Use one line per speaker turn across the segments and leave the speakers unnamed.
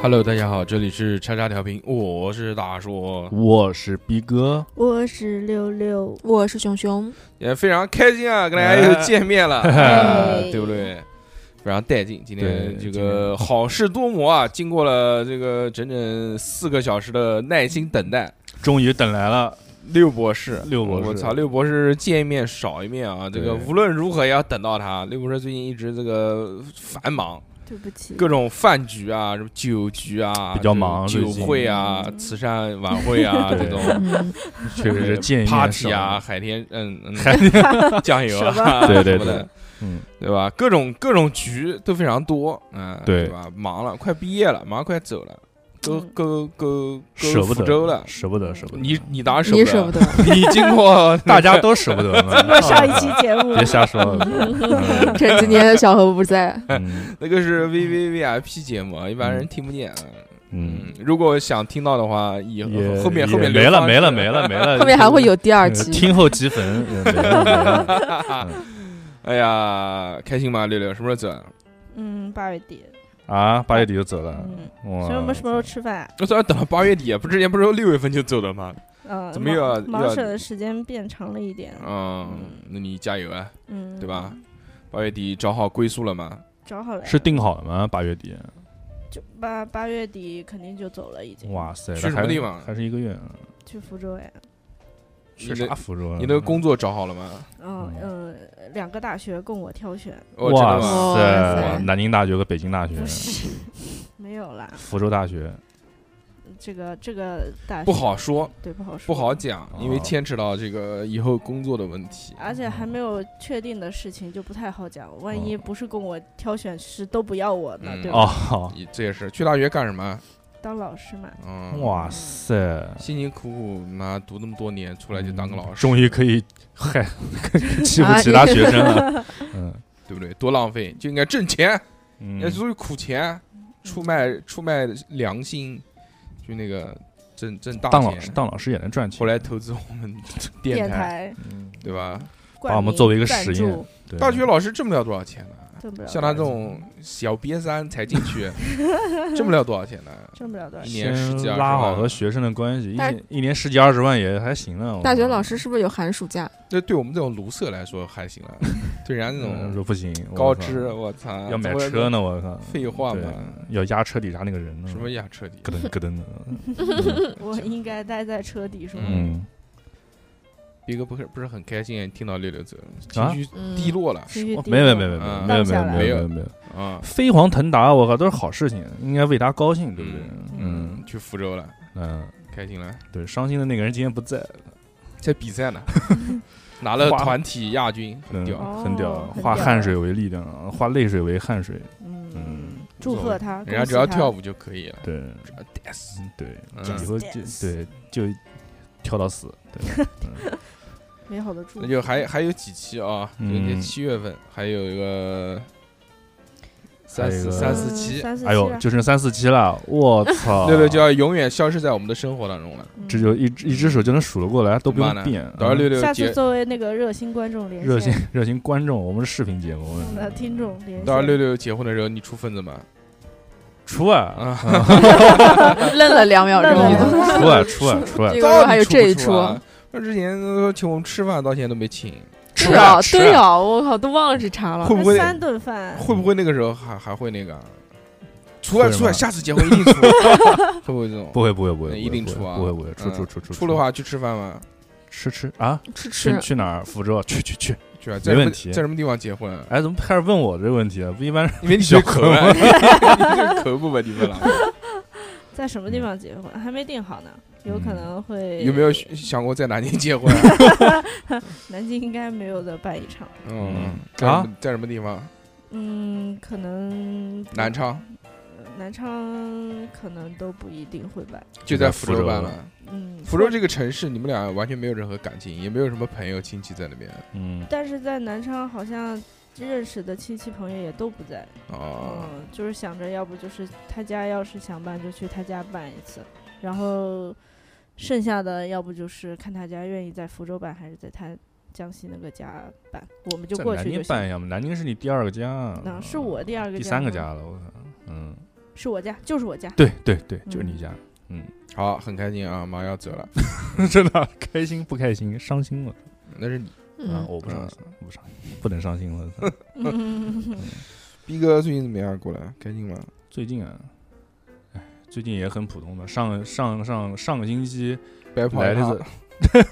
Hello，大家好，这里是叉叉调频，我是大叔，
我是逼哥，
我是六六，
我是熊熊，
也非常开心啊，跟大家又见面 了，
哎
对不对？非常带劲，今天
对
这
今
个
天
好事多磨啊，经过了这个整整四个小时的耐心等待，
终于等来了。
六博士，
六博士
我操，六博士见一面少一面啊，这个
对
无论如何也要等到他。六博士最近一直这个繁忙，
对不起，
各种饭局啊，什么酒局啊，
比较忙
酒
最近
会 啊，慈善晚会啊这
对
种。
嗯，
确 实是见一面
party
少
啊，海天嗯嗯
海
酱油 啊，
对对
什么的
对，嗯，
对吧？各种各种局都非常多，嗯，
对
吧？忙了，快毕业了，马上快走了，都
嗯
都都
嗯舍不
福州了
得，，舍不得，舍不得。
你你当然
你
舍
舍
不
不
得，
得，
你经过
大家都舍不得嘛
上一期节 目
别瞎说了。嗯
这今年的小何不 在，
嗯
那个是 V V V I P 节目，一般人听不见。嗯
嗯，，
如果想听到的话，以后
也
后面后面
也没了，没了，
了。
没 了，没了。
后面还会有第
第
二期。
听后积粉，嗯没了没 了。嗯
哎呀，开心吗？六六什么时候走？啊
嗯，八月底，
啊，八月底就走了。
嗯，
哇
所以我们什么时候吃饭？
我早要等到八月底啊，不之前不是说六月份就走了吗？
嗯，
怎么又要
忙
又
忙
要
舍的时间变长了一点，
嗯，那你加油啊！
嗯，
对吧？八月底找好归宿了吗？
找好了，
是定好了吗？八月底？
就八八月底肯定就走了，已经
哇塞，
去
那
什么
还
地方
还是一个月。
去福州哎，
去
你的
啥福州啊？
你那个工作找好了吗？
嗯嗯，两个大学供我挑选，
哦真
哇
的吗
哇
塞
塞，
南京大学和北京大学，
不是， 没有啦，
福州大学，
这个这个大学
不好，说，
对，不好说，
不好，讲，
哦
因为牵扯到这个以后工作的问题。
而且
嗯
还没有确定的事情就不太好讲，万一不是供我挑选是都不要我呢
嗯，
对吧？
哦，好
你这也是去大学干什么？
当老师 嘛，
嗯，
哇塞，嗯
辛辛苦苦妈读那么多年，出来就当个老师，
终于可以嗨 欺负
啊
其他学生了，嗯
对不对？多浪费，就应该挣钱，也
嗯，
属于苦钱，出卖出卖良心，就那个挣挣大
当老师
钱，
当老师也能赚
后
钱，
来投资我们电
电台
嗯
对吧？
冠
把我们
名
作为一个
赞
实
助
验，对
大学老师挣不了多少钱呢。
挣
啊
不了多少钱，
像他这种
嗯
小瘪三才进 去，挣不了多少钱呢？
挣不了多少
一
钱，
年十几
先
二十
拉好
万
和，学生的关系，一
但
年一年十几二十万也还行呢。
大学老
师
师是不是有寒暑假？
这对我们这种卢社来说还 行了，啊对人家那种
嗯说不行，我
高
靠
知，啊我操，
要买
怎么
车，呢，我靠，
废话
对嗯
嘛，
要压车底下那个人呢，
什么呀，彻底
咯 噔咯噔的，
嗯
我应该待在车底是吗？
嗯，
逼哥不是不是很开心，啊听到六六走，情
啊
绪
嗯
低落了
继续低
没有没
调
嗯
有没有没有没有
荡下来
没有没有没有。
嗯
啊，
飞黄腾达，我靠，都是好事情，应该为他高兴，对不对？
嗯
嗯，
去福州了，
嗯，
开心了，
对，伤心的那个人今天不在，
在比赛 呢，拿了
哇
团体亚军，很
嗯
屌，
很屌，
哦很
化
屌
汗水为力量，啊化泪水为汗水，
嗯
嗯，
祝贺他，
人家只要跳
舞，
舞就可以了，
对，
只要 dance，
嗯对，以
嗯，
后
Just
就
dance
对就跳到死，对，
美好的祝
那
福。
就还还有几期啊，就
嗯
七月份还有一个三
还有一
四
个
三四期，
呃嗯三四啊
哎呦，就剩三四期了，我操，
六六就要永远消失在我们的生活当中了，
嗯
这就一只一只手就能数得过来，都
怎
不
么办
用
呢
变，
到时候六
嗯
六
下
结
次，作为那个热心观众连
热心
线
热心观众，我们是视频节目，我们
的嗯听众连线，
到时候六六结婚的时候你出份子 吗？
出啊
啊，
愣了两秒
嗯
愣 了两
钟，
秒
出啊出啊出啊
这，个
到底
还有
出不
这一
出
出
啊。那之前都请我们吃饭，到现在都没请，
吃
对
啊
啊
吃
对
啊，
啊，我靠，都忘了这茬了
会。不会
三顿
嗯
饭，
会不会那个时候还还会那个出啊
会
出啊，
吗
下次结婚一 定出，会不会这种？
不会不会不
那
会不会，
一定
不会
出啊
不会不会出
嗯
出出出
出的话去吃饭吗？
吃吃啊，
吃
去
吃，
去哪儿？福州，去去去！
去啊，
没
在什么
问题
在什么地方结 婚啊？
哎，怎么开始问我这个问题啊？不一般
因为你
小
这口
何
啊，你这口不稳定了。
在什么地方结婚还没定好呢，有可能会
有没有想过在南京结 婚啊？
南京应该没有的办一场，
嗯
嗯，
在什么
啊
在什么地方？
嗯，可能
南昌，
南昌可能都不一定会办，
就在福州办
就在
了。
嗯，
福州这个城市，你们俩完全没有任何感情，也没有什么朋友亲戚在那边。
嗯，
但是在南昌好像认识的亲戚朋友也都不在，
哦，
嗯，就是想着要不就是他家要是想办就去他家办一次，然后剩下的要不就是看他家愿意在福州办还是在他江西那个家办，我们就
在
过
南
去
京
就
办
行。
一
嗯
下嘛，南京是你第二个家啊，
那是我第二个
第
家
三个
吗
家了，我操，嗯，
是我家，就是 我家。
对对对，就是你家，
嗯
好，很开心啊，马上要走了，
真的开心不开心？伤心了
那是你。
啊！
嗯，
我不伤
嗯
心，我不伤心，不能伤心了。
嗯，
逼哥最近怎么样？过来，开心吗？
最近啊，哎，最近也很普通的。上上上上个星期
白跑
来
一
的
趟，
是，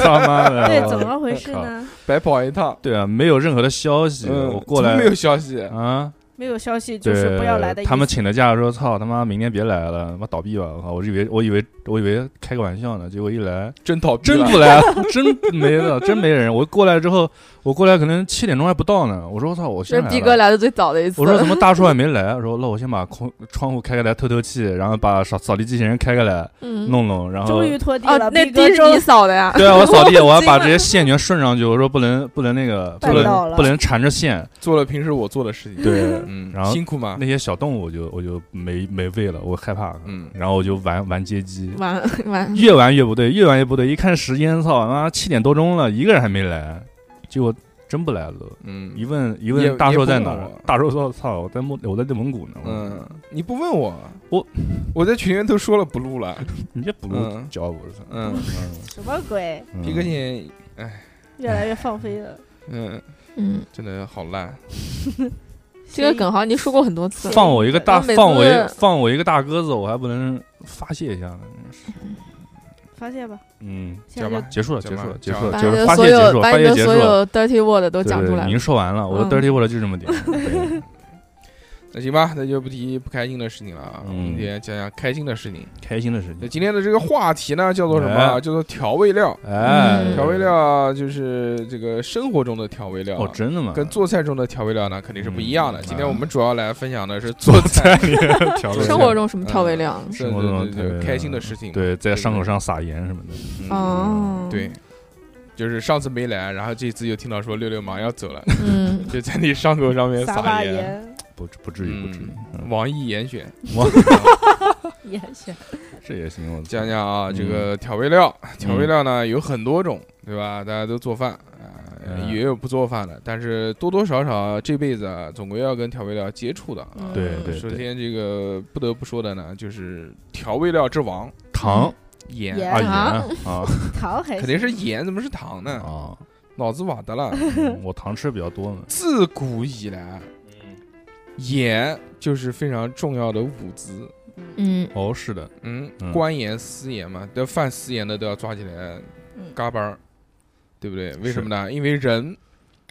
他妈的，
对，
我
怎么回事呢？
白跑一趟。
对啊，没有任何的消息，
嗯，
我过
怎么
来
没有消息，
啊，
没有消息就
对，
是不要来的意思。
他们请了假说：“操他妈，明天别来了，他妈倒闭吧！”我靠，我以为我以为我以为开个玩笑呢，结果一来
真逃避
真
了。
不来了，真没了，真没人。我过来之后，我过来可能七点钟还不到呢。我说：“我操，我
这
先
是
来
逼哥
了。
来的最早的一次。
我说：“怎么大叔还没来？”我啊说：“那我先把空窗户开开来透透气，然后把扫扫地机器人开开来
嗯，
弄弄，然后
终于拖地
哦
了，，
那
逼哥
地是
终
你扫的呀？
对啊，我扫地，我要把这些线全顺上去。我说不能不能那个，不
绊倒
能
了
不能缠着线。
做了平时我做的事情。
对
嗯，
然后
辛苦吗？
那些小动物我就我就没没喂了，我害怕。
嗯，
然后我就玩玩街机，
完完，
越玩越不对，越玩越不对。一看时间，操，妈七点多钟了，一个人还没来，结果真不来了。
嗯
一问一
也
问，大硕在哪
也不
儿
问我？
大硕说：“操，我在蒙我在内蒙古呢。”，
嗯，你不问我，
我
我在群里面都说了不录了。
你这不
嗯
教我操！
嗯，
什么鬼？
嗯
皮哥你，
越来越放飞了。
嗯，
嗯，
真的好烂。
这个梗好像你说过很多次。
放我一个大
我嗯每次
放我一放我一个大鸽子，我还不能发泄一下呢？
发泄吧，
嗯，
现在
讲
就
吧
结束了，结
讲
束了，
吧
结束了，
把
就
你
是
的
发
所
泄结
有
束，
把
发
你
泄
的
结束
所
了。
有 dirty word 都
对
讲
对
出
对，
来
您
了。
说完了，我的
嗯
dirty word 就 这么点。对
那行吧，那就不提不开心的事情了啊，我
嗯
们今天讲讲开心的事情。
开心的事
那
情，
今天的这个话题呢，叫做什么啊？
哎
叫做调味料。
哎，
嗯
调味料啊就是这个生活中的调味料，啊
哦，真的吗？
跟做菜中的调味料呢肯定是不一样的。
嗯
今天我们主要来分享的是
做
做
菜里面调味料
生活中什
嗯
么调味料？
对
生活中
对
的
对
调味
对
料嗯
开心的事情。
对，在伤口上撒盐什么的。
嗯，
哦，
对，，就是上次没来，然后这次又听到说六六马上要走了，
嗯，
就在你伤口上面
撒把
盐。
盐，
不不至于，不至于。嗯
网易严选，
哇，
盐选。
这也行，我操
讲讲啊，
嗯
这个调味料，调味料呢有很多种，对吧？大家都做饭啊，
嗯
也有不做饭的，但是多多少少这辈子啊，总归要跟调味料接触的啊。
嗯
对 对
首
对，
先，这个不得不说的呢，就是调味料之王
糖
盐
盐
啊盐
糖
啊
糖还
肯定是盐，怎么是糖呢？
啊！
脑子瓦特了。
嗯我糖吃比较多嘛，
自古以来，
嗯
盐就是非常重要的物资。
嗯，
哦是的，
嗯
嗯，
官盐私盐嘛，要犯私盐的都要抓起来
嗯
嘎巴儿，对不对？为什么呢？因为人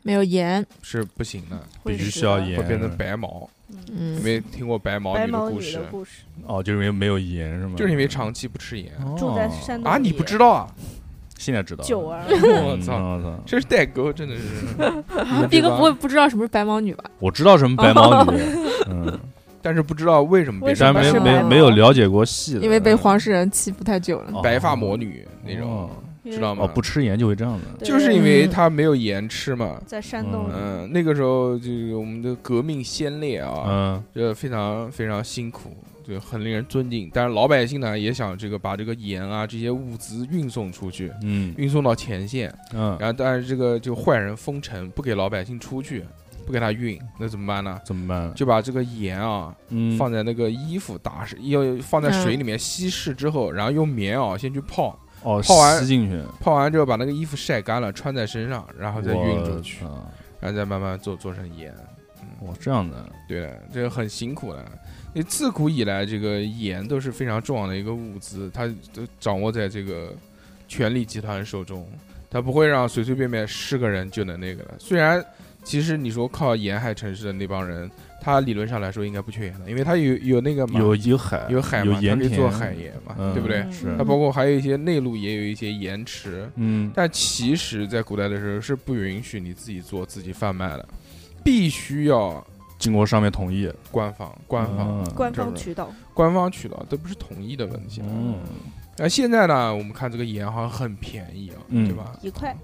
没有盐，
是不行的，
必须需要。盐
会变成白毛。
嗯
有，没有听过白毛
白
女
毛
的故
女
事
的？故事，
哦，就是因为没有盐是吗？
就是因为长期不吃盐
哦
住在山洞
啊！
里
你不知道 啊？
现在知道了，
九啊 儿，
嗯
我操，
我操！
这是代沟，真的是。你们
逼啊
这
哥
帮
不会不知道什么是白毛女吧？
我知道什么白毛女，嗯，
但是不知道为什么变
为
成
什么哦
白
但没
是
毛
没
白毛
没有了解过细的，
因为被黄世仁欺负太久了。
哦
白发魔女那种，
哦
知道吗？
哦，不吃盐就会这样的，
对
就是因为他没有盐吃嘛。
在山洞里，
嗯，那个时候就是我们的革命先烈啊，
嗯
这非常非常辛苦，就很令人尊敬。但是老百姓呢，也想这个把这个盐啊这些物资运送出去，
嗯
运送到前线。
嗯，
然后，但是这个就坏人封城，不给老百姓出去，不给他运，那怎么办呢？
怎么办？
就把这个盐啊
嗯，
放在那个衣服打湿，要放在水里面稀释之后，然后用棉袄先去泡，
哦
泡完
吸进去，
泡完之后把那个衣服晒干了，穿在身上，然后再运出去
我，操
然后再慢慢做做成盐。
哦，这样的，
对的，这个很辛苦的。你自古以来，这个盐都是非常重要的一个物资，它都掌握在这个权力集团手中，它不会让随随便便是个人就能那个的。虽然其实你说靠沿海城市的那帮人，他理论上来说应该不缺盐的，因为他有有那个嘛，
有有海，
有海
有
嘛，它
盐
可以
田，
做海盐嘛，
嗯
对不对？
嗯
是
它包括还有一些内陆也有一些盐池，
嗯，
但其实在古代的时候是不允许你自己做自己贩卖的，必须要
经过上面同意，
官方官方。
嗯
官
这
方
不是
渠 道，
官方渠道，都不是统一的问题了。
嗯，
那、现在呢，我们看这个盐好像很便宜啊，
嗯
对吧？
一块，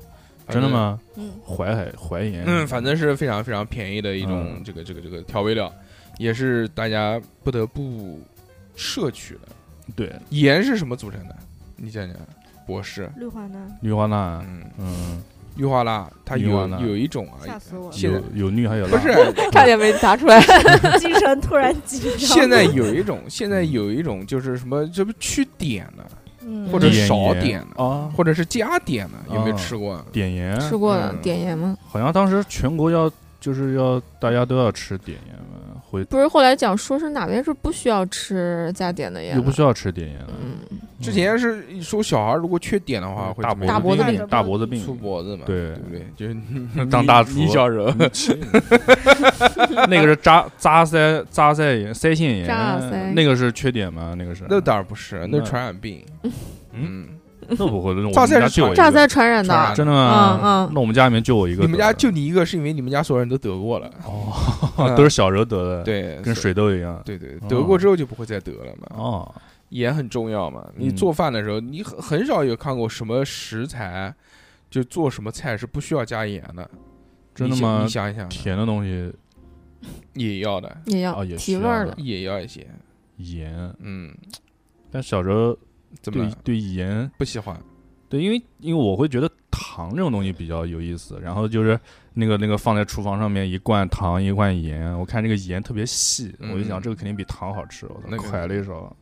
反
真
正
的？吗？
嗯，
淮海淮盐，
嗯，反正是非常非常便宜的一种
嗯
这个、这个这个调味料，也是大家不得不摄取的。
对，
盐是什么组成的？你讲讲，博士。
氯化钠，
氯化钠，
嗯，
嗯，
玉华啦，它
玉
有
华啦
有一种啊，
吓死我
现在
有有绿还有
不
辣
是
差点没答出来。
了！精神突然 紧张。
现在有一种，现
嗯
在有一种就是什么，这不去点的，
嗯
或者
点
少
盐
点的，
啊，
或者是加点的，有没有
哦
吃过？
点盐
吃过了
嗯
点盐吗？
好像当时全国要就是要大家都要吃点盐嘛，回
不是，后来讲说是哪边是不需要吃加点的盐
又
了，
不需要吃点盐了。嗯
嗯，
之前是说小孩如果缺碘的话会
大
怎么样
脖
脖
子
病，
病
大脖子
粗
病，
脖子嘛，
对
对不对？ 就是 你
当嗯大厨嗯
你小时候
那个是扎扎腮扎腮炎、腮腺
扎腮
炎，那个是缺碘吗？那个是
那当然不是，那
那
传染病。
嗯
嗯，
那不会，那我
榨
们
菜
家
是
就我一
榨
个
菜传染
传染啊
的，啊
真的吗？
嗯嗯
那我们家里面就我一个得
你
的，
们家就你一个，是因为你们家所有人都得过 了，
哦，都是小时候得的，，
对，
跟
所以
水痘一样。
对对，
哦
得过之后就不会再得了嘛。
哦，
盐很重要嘛，你
嗯
做饭的时候，你很很少有看过什么食材，就做什么菜是不需要加盐的。
真的
你想
吗
你想一想，
甜的东西
也要的，
嗯也要
哦也
提
需
味儿
要
的，
也要一些。
盐，
嗯，
但小时候
怎么
对
了
对盐，
不喜欢？
对，因为因为我会觉得糖这种东西比较有意思，然后就是那个那个放在厨房上面一罐糖一罐盐，我看这个盐特别细，
嗯
我就想这个肯定比糖好吃，我
那个
快了一勺，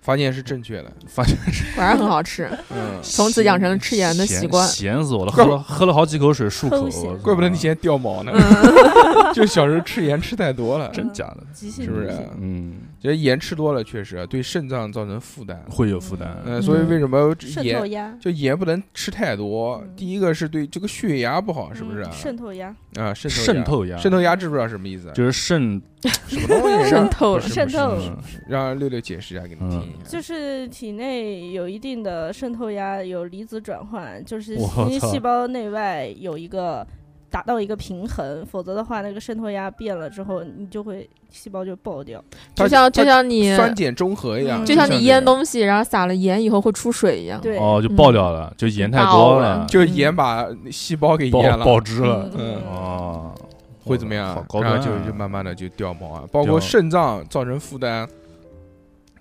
发现是正确的。
发现是
果然很好吃。
嗯，
从此养成了吃盐的习
咸
惯
咸死我了，喝了喝了好几口水漱口
齁咸，
怪不得你现在掉毛呢，
嗯
就小时候吃盐吃太多了，
真假的，
急性
是不是
毒
啊？
性
嗯，
觉得盐吃多了确实对肾脏造成负担。
会有负担，
嗯，所以为什么
渗透
盐
压
就盐不能吃太多？
嗯
第一个是对这个血压不好，是不是啊
嗯？渗透压
啊，渗透
渗透压
渗透压知不知道什么意思啊？
就是肾
什么东西
渗
让
透
不
了
是嗯
渗透
嗯
让六六解释一下给你听一下。
就是体内有一定的渗透压，有离子转换，就是
我
因为
操
细胞内外有一个达到一个平衡，否则的话，那个渗透压变了之后，你就会细胞就爆掉。
它
就像就像你
酸碱中和一样，
就像你
这
腌
个，
东西，然后撒了盐以后会出水一样。
对，嗯
哦就爆掉了，就盐太多了，
就是盐把细胞给
爆
淹了，
爆汁了，
嗯
哦，
会怎么样？
好高
然
端
后
啊，
就就慢慢的就掉毛啊，包
掉
括肾脏造成负担，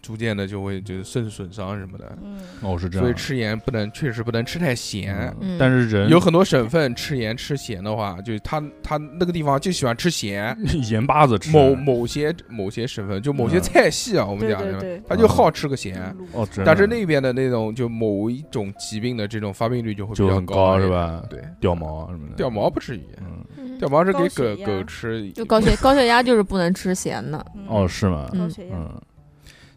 逐渐的就会就是肾损伤什么的。
嗯，
哦是这样，
所以吃盐不能，确实不能吃太咸。
嗯
嗯
但是人
有很多省份吃盐吃咸的话，就是他他那个地方就喜欢吃咸。
盐巴子吃
某某些某些省份，就某些
嗯
菜系啊，我们
对
讲
对
的
对，
他就好吃个咸。
哦，真的
但是那边的那种就某一种疾病的这种发病率就会比
就
较
很高
一
是
点？
吧？
对，
掉毛啊什么的，
掉毛不至于，
嗯，
嗯
掉毛是给
高血
狗
压
狗吃，
就高 血高血压就是不能吃咸的，
嗯
哦，是吗？
高血压，
嗯，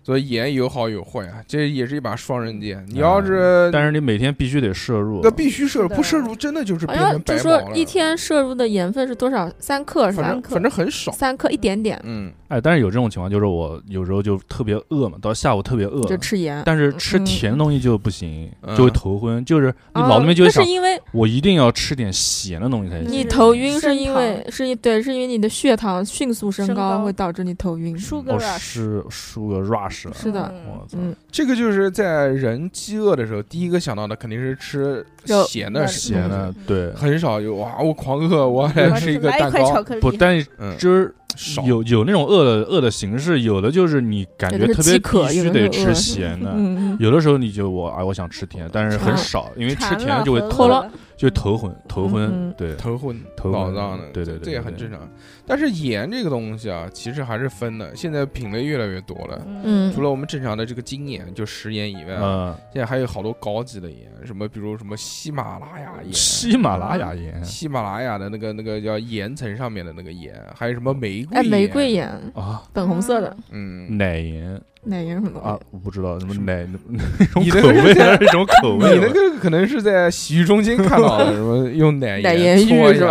所以盐有好有坏啊，这也是一把双刃剑。你
嗯
要是
但是你每天必须得摄入，
那必须摄入，
是的
不摄入真的就是
好
变
像
成
就
白
说
毛了。
一天摄入的盐分是多少？三克是
反
吧
正？反正很少，
三克一点点
嗯，
哎，但是有这种情况，就是我有时候就特别饿嘛，到下午特别饿，
就吃盐。
但是吃甜的东西就不行，
嗯
就会头昏，就是你
哦
脑子里面就会
那
想哎
是，因为
我一定要吃点咸的东西才行。
你
嗯
头晕，是
升
因为是因对，是因为你的血糖迅速升
升
高
高
会导致你头晕。
舒格
哦，
尔
是输个 rush，
是的
我 操，
嗯，
这个就是在人饥饿的时候，第一个想到的肯定是吃
肉
咸的
嗯
食
咸的
嗯
对
物，很少有哇，我狂饿，
嗯
我来吃一个
来
蛋
一块巧
糕，
克力，
不，但是
嗯，
就是
少
有有那种饿的饿的形式，有的就是你感觉
有的
特
是
别
饥渴
必须
有的是
得
饿
吃咸的，
嗯，嗯
有的时候你就我啊我想吃甜，但是很
馋
少，因为吃
馋
甜的
了
就会
和
头
饿
了，
了
就头昏头
嗯
昏
嗯，
对，
头昏
头
脑
昏
胀的，
对对
这
对
这也很
对
正常。但是盐这个东西啊，其实还是分的，现在品类越来越多了。
嗯
除了我们正常的这个精盐，就食盐以外，啊
呃，
现在还有好多高级的盐，什么比如什么喜马拉雅盐，
喜马拉
嗯
雅盐
喜马拉雅的那个那个叫岩层上面的那个盐，还有什么玫瑰
哎，玫瑰
盐，
盐，
啊，
粉红色的
嗯，
奶盐
奶盐什么
啊
的。，
我不知道什么
是
奶那种
你那
口
个是
味，
在
那是 一种口
你
味吧，啊
那个可能是在洗浴中心看到的，什么用奶
奶
盐
盐浴
搓一嗯
是
下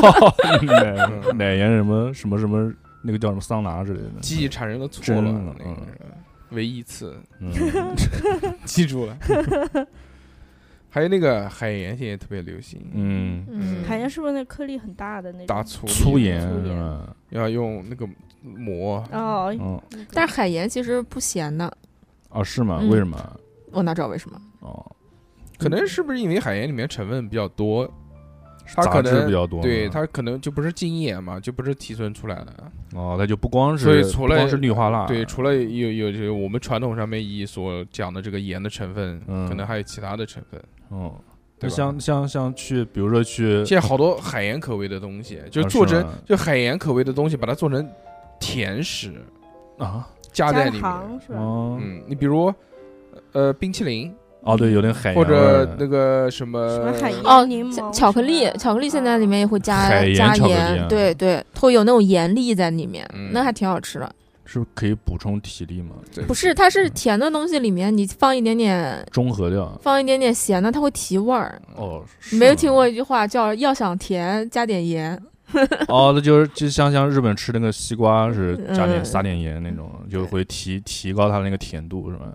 吧？？
奶奶盐什么什么什么那个叫什么桑拿之类的，
记忆产生了错乱，那
真的
个唯一一次
嗯，
记住了。还有那个海盐现在特别流行，
嗯
嗯，
海盐是不是那颗粒很大的那种？
大粗
粗盐
粗
是
盐
吧？
要用那个膜，
哦，
哎
嗯，
那个
但是海盐其实不咸的，
哦，是吗？
嗯
为什么？
我哪知道为什么？
哦，
可能是不是因为海盐里面成分比较多，它可
杂质
能
比较多嘛，
对它可能就不是精盐嘛，就不是提纯出来的。
哦，它就不光是，
所以除了
不光是氯化钠，
对，除了有有有我们传统上面意义所讲的这个盐的成分，
嗯
可能还有其他的成分。
哦，
对吧
像像像去，比如说去
现在好多海盐口味的东西，就
啊
做
是
成
吗
就海盐口味的东西，把它做成甜食
啊，
加在
加
里面。
糖是吧？
哦
嗯，你比如呃冰淇淋
哦，对，有点海洋
或者
味儿
那个什么
什么海盐
哦
柠檬
巧克力
什么，的
巧克力现在里面也会加
海盐
加
巧克力啊
盐，对对，会有那种盐粒在里面
嗯，
那还挺好吃的。
是不是可以补充体力嘛？
对
哦
不是，它
嗯
是甜的东西里面你放一点点，
中和掉。
放一点点咸的，它会提味儿。
哦，是
没有
吗
听过一句话叫“要想甜，加点 盐
哦，那就是就像像日本吃那个西瓜是加点
嗯
撒点盐那种，就会提提高它的那个甜度，是吧？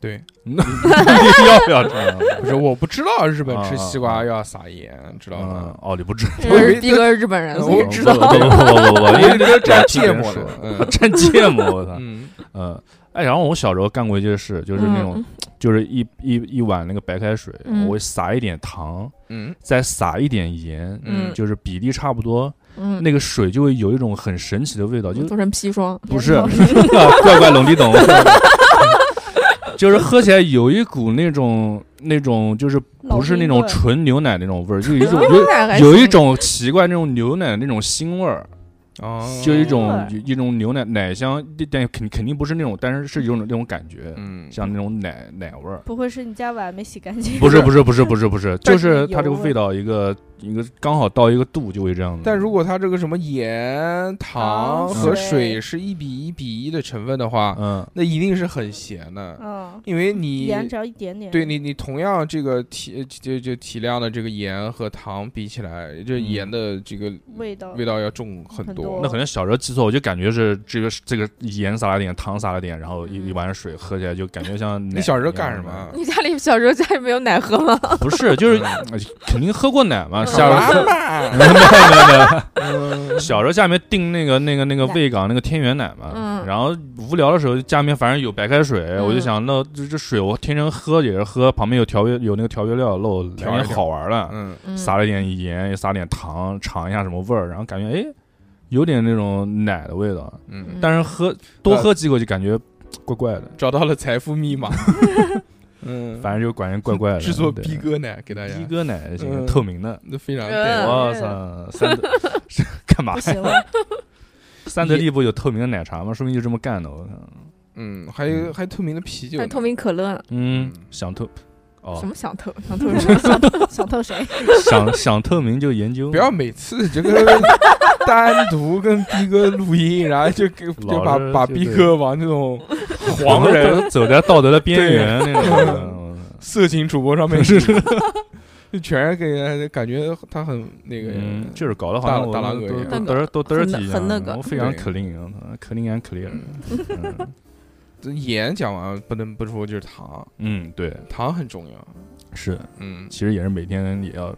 对，
那要不要这样？
不是 我不知道日本吃西
啊啊啊
瓜
啊
要撒盐，知道
嗯
吗？，
哦，你不知道”，
我以为
是逼格是日本人，
呃
我
所以
以为
知道。
不不不不不，因
因为
为
你都蘸芥末了，嗯
蘸芥末，我操，
嗯，
嗯，哎，然后我小时候干过一件事，就是那种，就是一一一碗那个白开水，
嗯
我会撒一点糖，
嗯
再撒一点盐，
嗯
就是比例差不多，
嗯，
那个水就会有一种很神奇的味道，就
做成砒霜，
不是， 啊怪怪龙地懂， 就是喝起来有一股那种那种就是
老
不是那
冰
种
棍
纯牛奶那种味儿，就有一种
牛奶还
有有一
行
种奇怪那种牛奶的那种腥味儿，
哦，
就一种
味儿
有一种牛奶奶香，但肯肯定不是那种，但是是有种那种感觉，
嗯，
像那种奶奶味儿。
不会是你家碗没洗干 净？
不是不是不是不是不是，
但
就是是它这个
油味
味道一个一个刚好到一个度就会这样子。
但如果它这个什么盐、糖
糖
和
水
水是一比一比一的成分的话，
嗯
那一定是很咸的，
嗯，
因为你
盐只要一点点。
对你你同样这个体就就体量的这个盐和糖比起来，这
嗯
盐的这个
味道
味道要重很
很
多
多。
那可能小时候记错，我就感觉是这个这个盐撒了点，糖撒了点，然后
嗯
一一碗水喝起来就感觉像奶。
你小时候干什
嗯
么？啊
你家里小时候家里没有奶喝吗？
不是，就是
嗯
肯定喝过奶
嗯
嘛。小时
干
候喝，
嘛
没有没有没有，
嗯
小时候家里面订那个那个那个味港那个天元奶嘛，
嗯
然后无聊的时候家里面反正有白开水，
嗯
我就想那这这水我天天喝也是喝，旁边有调味有那个调味料，漏
调
感
一
觉
调
好玩了，
嗯，
嗯
撒了点盐，也撒点糖，尝一下什么味儿，然后感觉哎，有点那种奶的味道，
嗯，
但是喝多喝几口就感觉怪怪的，
找到了财富 密码。嗯，
反正就感觉怪怪的。
制作
对
逼哥奶给大家
逼，哥奶
嗯
行，透明的。
那非常
呃
嗯
对。
我操，三德 是干嘛
不
呀？
行了，
三得利不有透明的奶茶吗？说明就这么干的。我操，
嗯，还有还有透明的啤酒
还
呢，
有透明可乐呢？
嗯，想透哦
什，么想 透想透什么？
想透谁？
想想透明就研究，
不要每次这个 单独跟逼哥录音，然后就给就
老
把
是
把
就
逼
对
哥往那种
黄
黄人
人走在道德的边缘那种。
色情主播上面是， 就全是给人感觉他很那个，
嗯，就是搞得好像
大
我
大
们
狼
都
狗
都都都都是
很
几
那
样，
很那个
我非常
对
clean，我操 clean and clear。嗯
这盐讲完不能不说就是糖，
嗯， 对，
糖很重要。
是，
嗯，
其实也是每天也要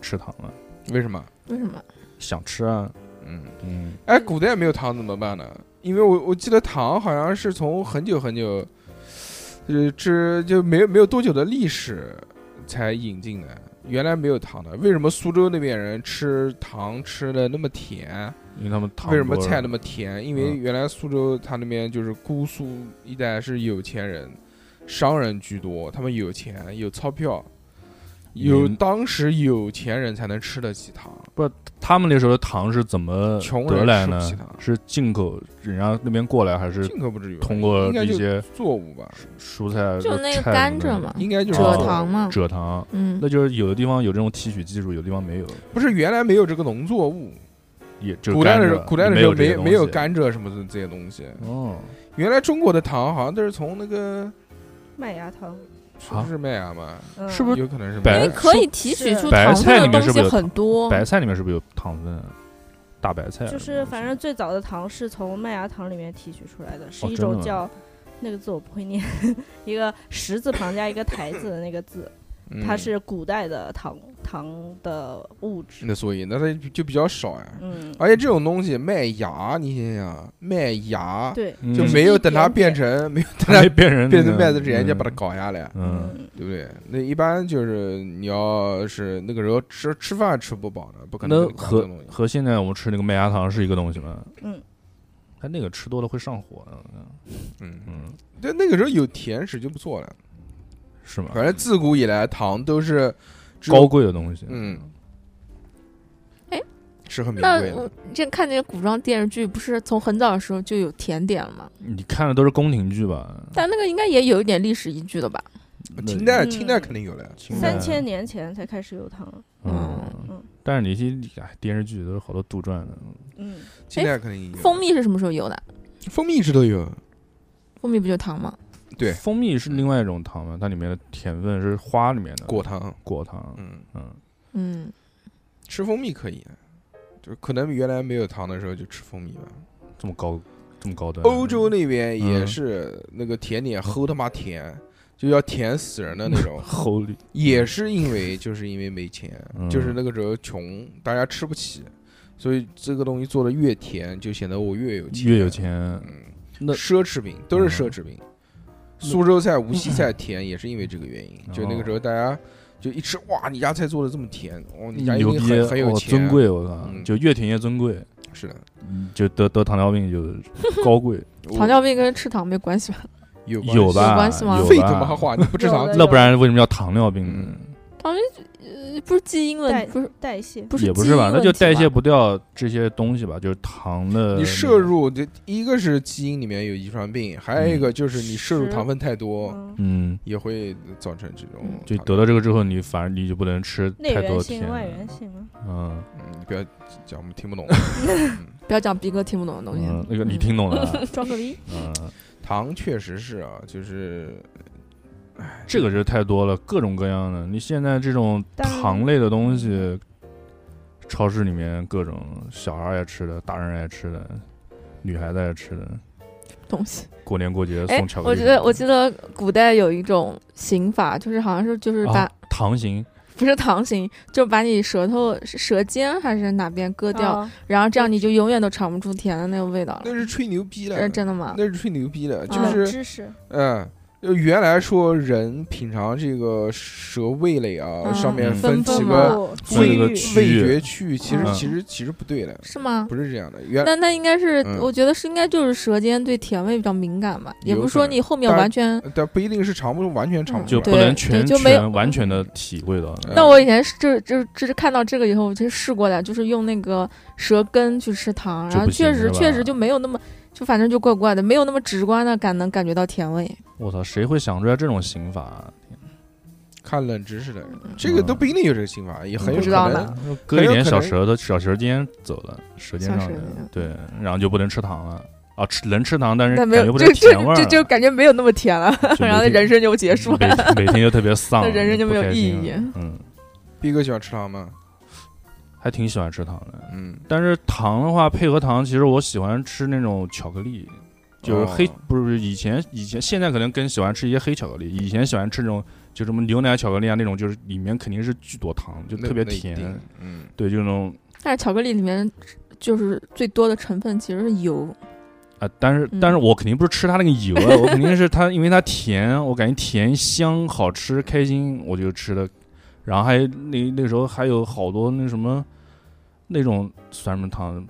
吃糖了，
为什么？
为什么？
想吃啊，
嗯，
嗯，
哎，古代没有糖怎么办呢？因为我我记得糖好像是从很久很久，呃，这就没有没有多久的历史才引进的。原来没有糖的，为什么苏州那边人吃糖吃的那么甜？
因为他们糖
为什么
多了
菜那么甜？因为
嗯
原来苏州他那边就是姑苏一带是有钱人、商人居多，他们有钱有钞票，有
嗯
当时有钱人才能吃得起糖。
他们那时候的糖是怎么
穷人
得来
吃不
呢
起糖？
是进口人家那边过来，还是
进口不至于吧，
通过
应该
一
就
些
作物吧，
蔬菜
就那个
呃菜
甘
什
蔗
么的
嘛，
应该就是作
蔗
哦蔗
物
糖嘛。
哦蔗糖？
嗯
那就是有的地方有这种提取技术，有的地方没有，
不是原来没有这个农作物，
也就是
古代的时候
甘蔗
古代的时候
没
没
有
没有
甘
甘蔗什么的这些东西。
哦，
原来中国的糖好像都是从那个
麦芽糖，
是不是麦芽嘛？
嗯
是不是
有可能是
啊白
麦
因为
芽。
哎可以提取
是
出
白
糖
菜
分的
里面
东
是不
西
是有
很多，
白菜里面是不是有糖分？啊大白 菜
哦
啊
就是
嗯
反正最早的糖是从麦芽糖里面提取出来的，是
哦
一
真的
种
吗
叫那个字我不会念， 一个石字旁加一个台字的那个 字，
嗯
它是古代的糖糖的物质。
那所以那它就比较少呀。
嗯，
而且这种东西麦芽，你想想麦芽
对，
嗯
就没有等它变成没有等
还没
它
变成
变
那
成
个
麦子之前就
嗯
把它搞下来，
嗯，
对不对？那一般就是你要是那个时候吃吃饭吃不饱的，不可能
那
给你搞这
和
种东西。
和现在我们吃那个麦芽糖是一个东西吗？
嗯，
它那个吃多了会上火的。啊
嗯，
嗯，
但那个时候有甜食就不错了。
是吗？
反正自古以来糖都是只有
高贵的东西，
嗯，
哎，
是很名
那
贵的
我。这看那些古装电视剧，不是从很早的时候就有甜点了吗？
你看的都是宫廷剧吧？
但那个应该也有一点历史依据的吧？
清代，
嗯
清代肯定有了。
清代
三千年前才开始有糖，
嗯，
嗯
但是你去哎，电视剧都是好多杜撰的，
嗯，
清代肯定有
哎蜂，蜜是什么时候有的？
蜂蜜一直都有。
嗯
蜂蜜不就糖吗？
对
蜂蜜是另外一种糖嘛，它里面的甜分是花里面的
果糖，
果糖，
嗯，
嗯，
嗯，
吃蜂蜜可以，就可能原来没有糖的时候就吃蜂蜜吧。
这么高这么高端，
欧洲那边也
嗯，
是那个甜点齁他妈甜，就要甜死人的那种
厚礼，
也是因为就是因为没钱，
嗯
就是那个时候穷，大家吃不起，所以这个东西做的越甜，就显得我越有钱，
越有，钱，嗯
嗯，
那
奢侈品都是奢侈品。苏州菜、无锡菜甜也是因为这个原
嗯
因，就那个时
哦
候大家就一吃，哇，你家菜做的这么甜，哦，你家一
牛
定
逼
很很有
哦
钱，
尊，贵，我靠，
嗯
就越甜越尊贵，
是的，
就得得糖尿 病就高贵，
我
糖尿病跟吃糖没关系吧？
有关
有
系
吧？
有关系吗
有
废他妈
吧
话，你嗯不吃
有
糖
的
那不然为什么叫糖尿病呢？
呃 不是基因问
代
题，不是
代谢，
不是
也不
基
是
因
吧，那
问
就
题
代谢
吧
不掉这些东西吧，就是糖的。
你摄，入这一个是基因里面有遗传病，还有一个就是你摄入
是
糖分太多，
嗯，
嗯，
也会造成这种
嗯
就
糖
得了这个之后，你反而你就不能吃
内
太
源
多
性、
甜。
外源性嘛，
嗯
嗯，你不要讲我们听不 懂。
不要讲逼哥听不懂的东西。
嗯，那个你听懂了啊？
装个逼，
嗯，
糖确实是啊，就是
这个是太多了，各种各样的。你现在这种
但
糖类的东西，超市里面各种小孩儿爱吃的，大人爱吃的，女孩子爱吃的，
东西。
过年过节
哎
送巧，克
我
力
觉
什么的。
得我记得古代有一种刑法，就是好像是就是把、
啊，糖型
不是糖刑，就把你舌头是舌尖还是哪边割掉，
哦
然后这样你就永远都尝不出甜的那个味道了
那。是吹牛逼
这
的
是，真的吗？
那是吹牛逼的，就
啊
冷
是
知识，
嗯。就原来说人品尝这个舌味蕾啊，
嗯
上面
嗯
分
分
几
分
个
嘛
哦
分
卫
这个
浴
区
味
域
觉区域，其实
嗯
其实其实不对的，
是吗？
不是这样的。原来
那那应该是，
嗯
我觉得是应该就是舌尖对甜味比较敏感吧，也
有
不是
可
说
能
你后面
但
完全。
但不一定是尝不完全尝
嗯
不
就
出来。
不
对
能全
就没有
全完全的体会到。
嗯
那我以前是就是就是就是看到这个以后，我其实试过的，就是用那个舌根去吃糖，
就
然后
不行
确
是
实
吧
确实就没有那么，就反正就怪怪的，没有那么直观的感能感觉到甜味。
我操，谁会想出来这种刑法啊？
看冷知识的人，这个都不一定有这个想法，也很有
嗯不知
可
道
能
呢
割一点小舌头、小舌尖走了，舌尖
小
上
舌
的
尖
对，然后就不能吃糖了啊，吃能吃糖，但是
但
感
没有
觉，不
就
能
就
甜味儿啊
就
了，
就感觉没有那么甜 了，
就
然后
每天
人生就结束了。
每每天就 特别丧，
那人生就没有
不开心
意义
了嗯，
逼哥喜欢吃糖吗？
还挺喜欢吃糖的，
嗯，
但是糖的话，配合糖，其实我喜欢吃那种巧克力。就是黑、
哦
不是不是以前以前现在可能更喜欢吃一些黑巧克力，以前喜欢吃那种就什么牛奶巧克力啊那种，就是里面肯定是巨多糖，就
那
特别
那一
甜，
定嗯，
对，就那种
但是巧克力里面就是最多的成分其实是油，
啊，但是
嗯
但是我肯定不是吃它那个油啊，我肯定是它，因为它甜，我感觉甜香好吃开心，我就吃的。然后还有那那时候还有好多那什么那种酸什么糖，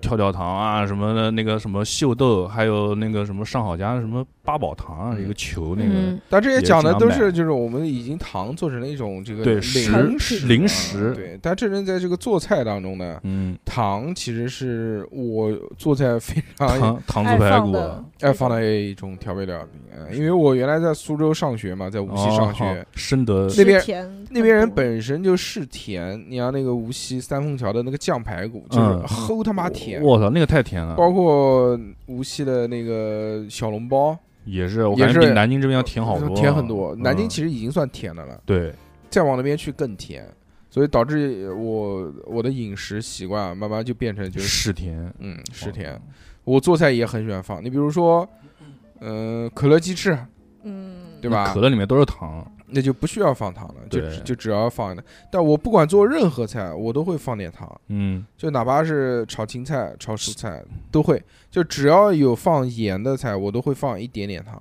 跳跳糖啊什么的，那个什么秀豆，还有那个什么上好佳的什么八宝糖啊，
嗯
一个球那个
嗯，
但这些
也
讲的
经常
都
买
是就是我们已经糖做成了一种这个
对
零
食
食
零
啊
食
对，但真正在这个做菜当中呢，
嗯，
糖其实是我做菜非常
糖糖
爱
醋排
放
骨，啊
的
爱放的一种调味料，嗯因为我原来在苏州上学嘛，在无锡
哦
上
好
学，
深得
那边
吃甜
那边人
很多
本身就是甜，你像那个无锡三凤桥的那个酱排骨，就是
嗯
齁他妈甜，
我操，那个太甜了，
包括无锡的那个小笼包，
也是我
也
感觉比
是
南京这边要甜好多，
甜很多。南京
嗯
其实已经算甜的了，
对。
再往那边去更甜，所以导致我我的饮食习惯啊慢慢就变成就是
是哦甜，
嗯是甜。我做菜也很喜欢放，你比如说，呃，可乐鸡翅，
嗯，
对吧
可？乐里面都是糖，
那就不需要放糖了，就
对
就只要放的。但我不管做任何菜，我都会放点糖，
嗯，
就哪怕是炒青菜、炒蔬菜都会，就只要有放盐的菜，我都会放一点点糖。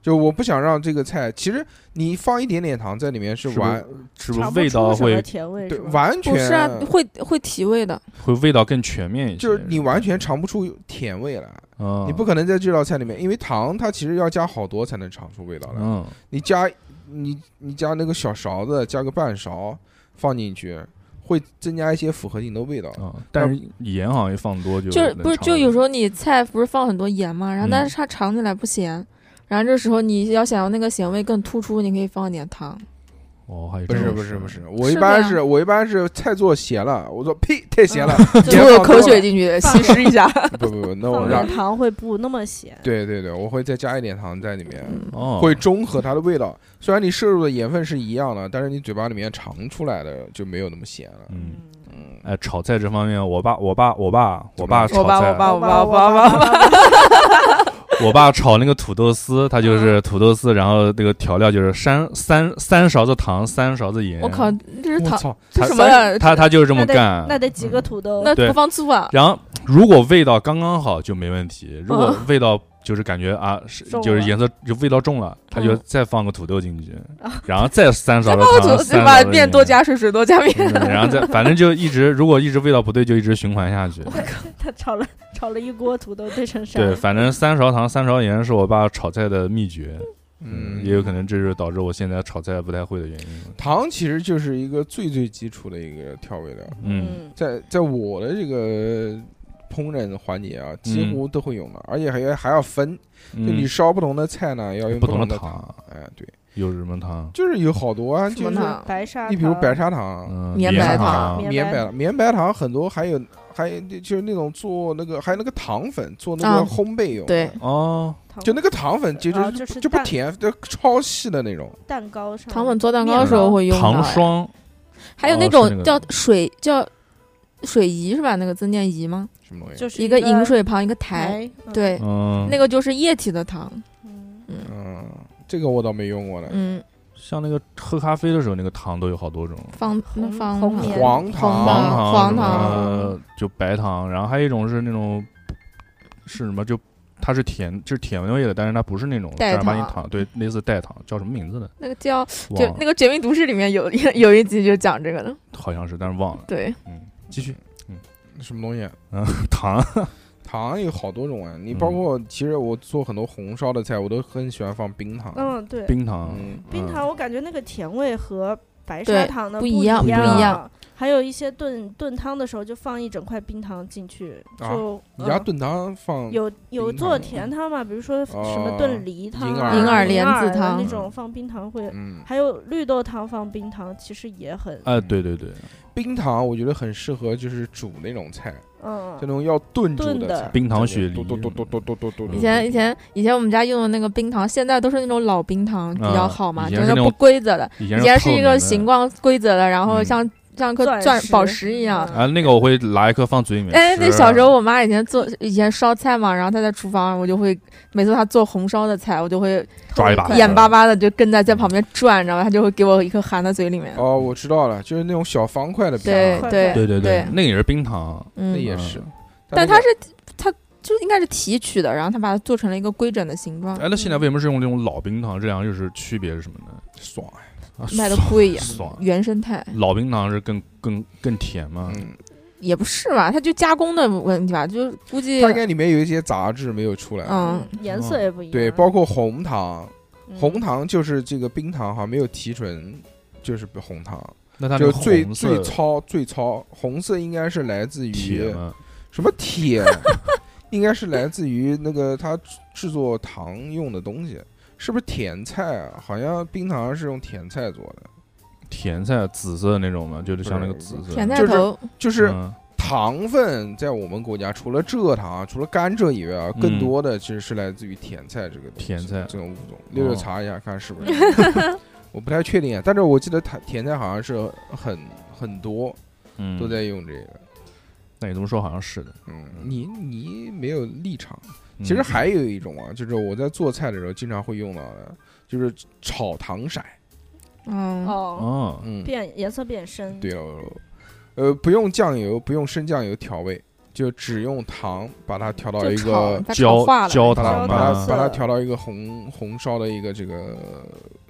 就我不想让这个菜，其实你放一点点糖在里面是
是不
完
是不是
尝不
味道
出什么
会
甜味，
对
是吧
完全
不是啊，会会提味的。
会味道更全面一些？
就是你完全尝不出甜味来，
嗯，
你不可能在这道菜里面，因为糖它其实要加好多才能尝出味道来。
嗯，
你加你你加那个小勺子，加个半勺放进去，会增加一些复合性的味道。
啊，但是盐好像一放多就
就是不是就有时
候
候你菜不是放很多盐嘛，然后
嗯
但是它尝起来不咸，然后这时候你要想要那个咸味更突出，你可以放一点 糖。
哦，还有
不
这
是
种
不
事
是
儿
不是，嗯我
是
一
的
般
呀
是我一般是菜做咸了，我说呸，太咸了，
嗯
就
盐
是
放多了
进去稀释一下。
不不不， 那我
放
让
点糖会不那么咸。
对对对，我会再加一点糖在里面，
哦，
会中和它的味道。虽然你摄入的盐分是一样的，但是你嘴巴里面尝出来的就没有那么咸了。
嗯。
嗯，
嗯，
哎，炒菜这方面，我爸，我爸，我爸，我爸
我
炒菜，
爸
我
我爸
我
我 爸
爸
我爸炒那个土豆丝，他
嗯
就是土豆丝，然后那个调料就是三三三勺子糖，三勺子盐。
我靠，这是
我
糖
操，
这
他
什么呀？
他他就是这么
那
干嗯
得。那得几个土豆？
那
对
不放醋啊？
然后如果味道刚刚好就没问题，如
嗯
果味道就是感觉啊是
重
就是
了
颜色就味道重了，他就
嗯
再放个土豆进 去
啊，
然后再三
再
勺子
放
糖，
醋，对
三勺
吧？
子
面
盐
多加水，水多加面。
嗯然后再反正就一直如 果一直味道不对就一直循环下去。
他炒了炒了一锅土豆堆成山。
对，反正三勺糖三勺盐是我爸炒菜的秘诀。嗯，也
嗯，
有可能这是导致我现在炒菜不太会的原因。
糖其实就是一个最最基础的一个调味料，
嗯，
在在我的这个烹饪环节啊，几
嗯
乎都会用到，而且还要还要分，就你
嗯
烧不同的菜呢，要用
不
同
同的
糖。
糖
哎，对，
有什么糖？
就是有好多啊，
什
就
么
是
糖
白砂，
你比如白，砂糖、
嗯，
绵
白
白
糖
糖
绵
绵
白
啊白
糖、绵白糖很多，还有还有就是那种做那个，还有那个糖粉做那
啊
个烘焙用的，
对
哦，
就那个糖粉，就
啊
就
就是
就不
蛋
甜，就超细的那种。
蛋糕上
糖粉做蛋糕的时候会用到
糖
哎
霜
还有
哦
那
是那
种
个
叫水叫水仪是吧？那个增建仪吗？
什么东西？
就是
一个饮
饮
水旁一个台，
台，嗯，
对，
嗯，
那个就是液体的糖。
嗯
嗯，这个我倒没用过呢。
嗯，
像那个喝咖啡的时候，那个糖都有好多种，
放那
红
放
红
糖
棉
黄
黄
糖、
黄糖、
嗯黄
什么
糖
就白糖，然后还有一种是那种是什么就。它是甜，就是甜味的，但是它不是那种
代
正儿八经
糖
糖，对，类似代糖，叫什么名字的？
那个叫
忘
就
了
那，个《绝命毒师》里面有有一集就讲这个的，
好像是，但是忘了。
对，
嗯，继续
什么东西？啊
糖，
糖有好多种啊，你
嗯
包括其实我做很多红烧的菜，我都很喜欢放冰糖。
嗯，对，
冰糖，
嗯
冰
嗯
糖我感觉那个甜味和白砂
对
糖的
不一
一啊
样
不一
样。
还有一些炖炖汤的时候，就放一整块冰糖进去，
啊
就
你家
嗯
炖汤放
有有
冰
做
糖
甜汤嘛，比如说什么
哦
炖梨汤
银
啊、
耳银耳
莲子
啊
汤
那种放冰糖会，
嗯，
还有绿豆汤放冰糖，其实也很
哎，对对对，
冰糖我觉得很适合就是煮那种菜，就那
嗯，
种要炖煮
炖的
菜，
冰糖雪梨
嘟嘟嘟嘟嘟嘟嘟嘟嘟。
嗯
以前以前以前我们家用的那个冰糖，现在都是那种老冰糖比较好嘛，
啊以
就
前是那种
不规则的，
以
以
前
前
是
是一个形
光
状规则的，然后
嗯
像像颗
钻
钻
石嗯
宝石一样。
啊，那个我会拿一颗放嘴里面
嗯
吃。
哎，那小时候我妈以前做以前烧菜嘛，然后她在厨房，我就会每次她做红烧的菜，我就会
抓一把
眼巴巴的就跟在在旁边转，然后她就会给我一颗含在嘴里面。
哦，我知道了，就是那种小方块的冰
对
糖，
对
对对
对，
那个也是冰糖，
那
嗯，
也是。
但
它
它是它就应该是提取的，然后它把它做成了一个规整的形状，
哎，那现在为什么是用这种老冰糖？这两个又是区别是什么呢？
爽呀，
啊
卖的贵呀，
爽，爽
原生态
老冰糖是更更更甜嘛？
嗯，
也不是吧，它就加工的问题吧，就估计
它应该里面有一些杂质没有出来。
嗯，
颜色也不一样，
对，包括红糖，
嗯
红糖就是这个冰糖哈，没有提纯，就是红糖，
那它那
就
个
是最
红色
最糙最糙，红色应该是来自于
铁嘛？
什么铁， 应该是来自于那个它制作糖用的东西，是不是甜菜啊？好像冰糖是用甜菜做的，
甜菜紫色的那种嘛，就是像那个
不是
紫色
甜菜
就是
头
就是
嗯
糖分在我们国家除了蔗糖、除了甘蔗以外啊，
嗯
更多的其实是来自于甜菜这个东西
甜菜哦
这种物种。六六查一下看是不 是？我不太确定啊，但是我记得甜甜菜好像是很很多
嗯，
都在用这个。
那你这么说好像是的。
嗯，你你没有立场。
嗯
其实还有一种啊，就是我在做菜的时候经常会用到的，就是炒糖色。
啊
嗯，
哦，
哦，
嗯，
变颜色变深，
对了，呃，不用酱油，不用生酱油调味，就只用糖把它调到
就
一
炒
个
把它
焦
炒化了，
焦
把它
糖
把它
嘛，
把它
色
调到一个红红烧的一个这个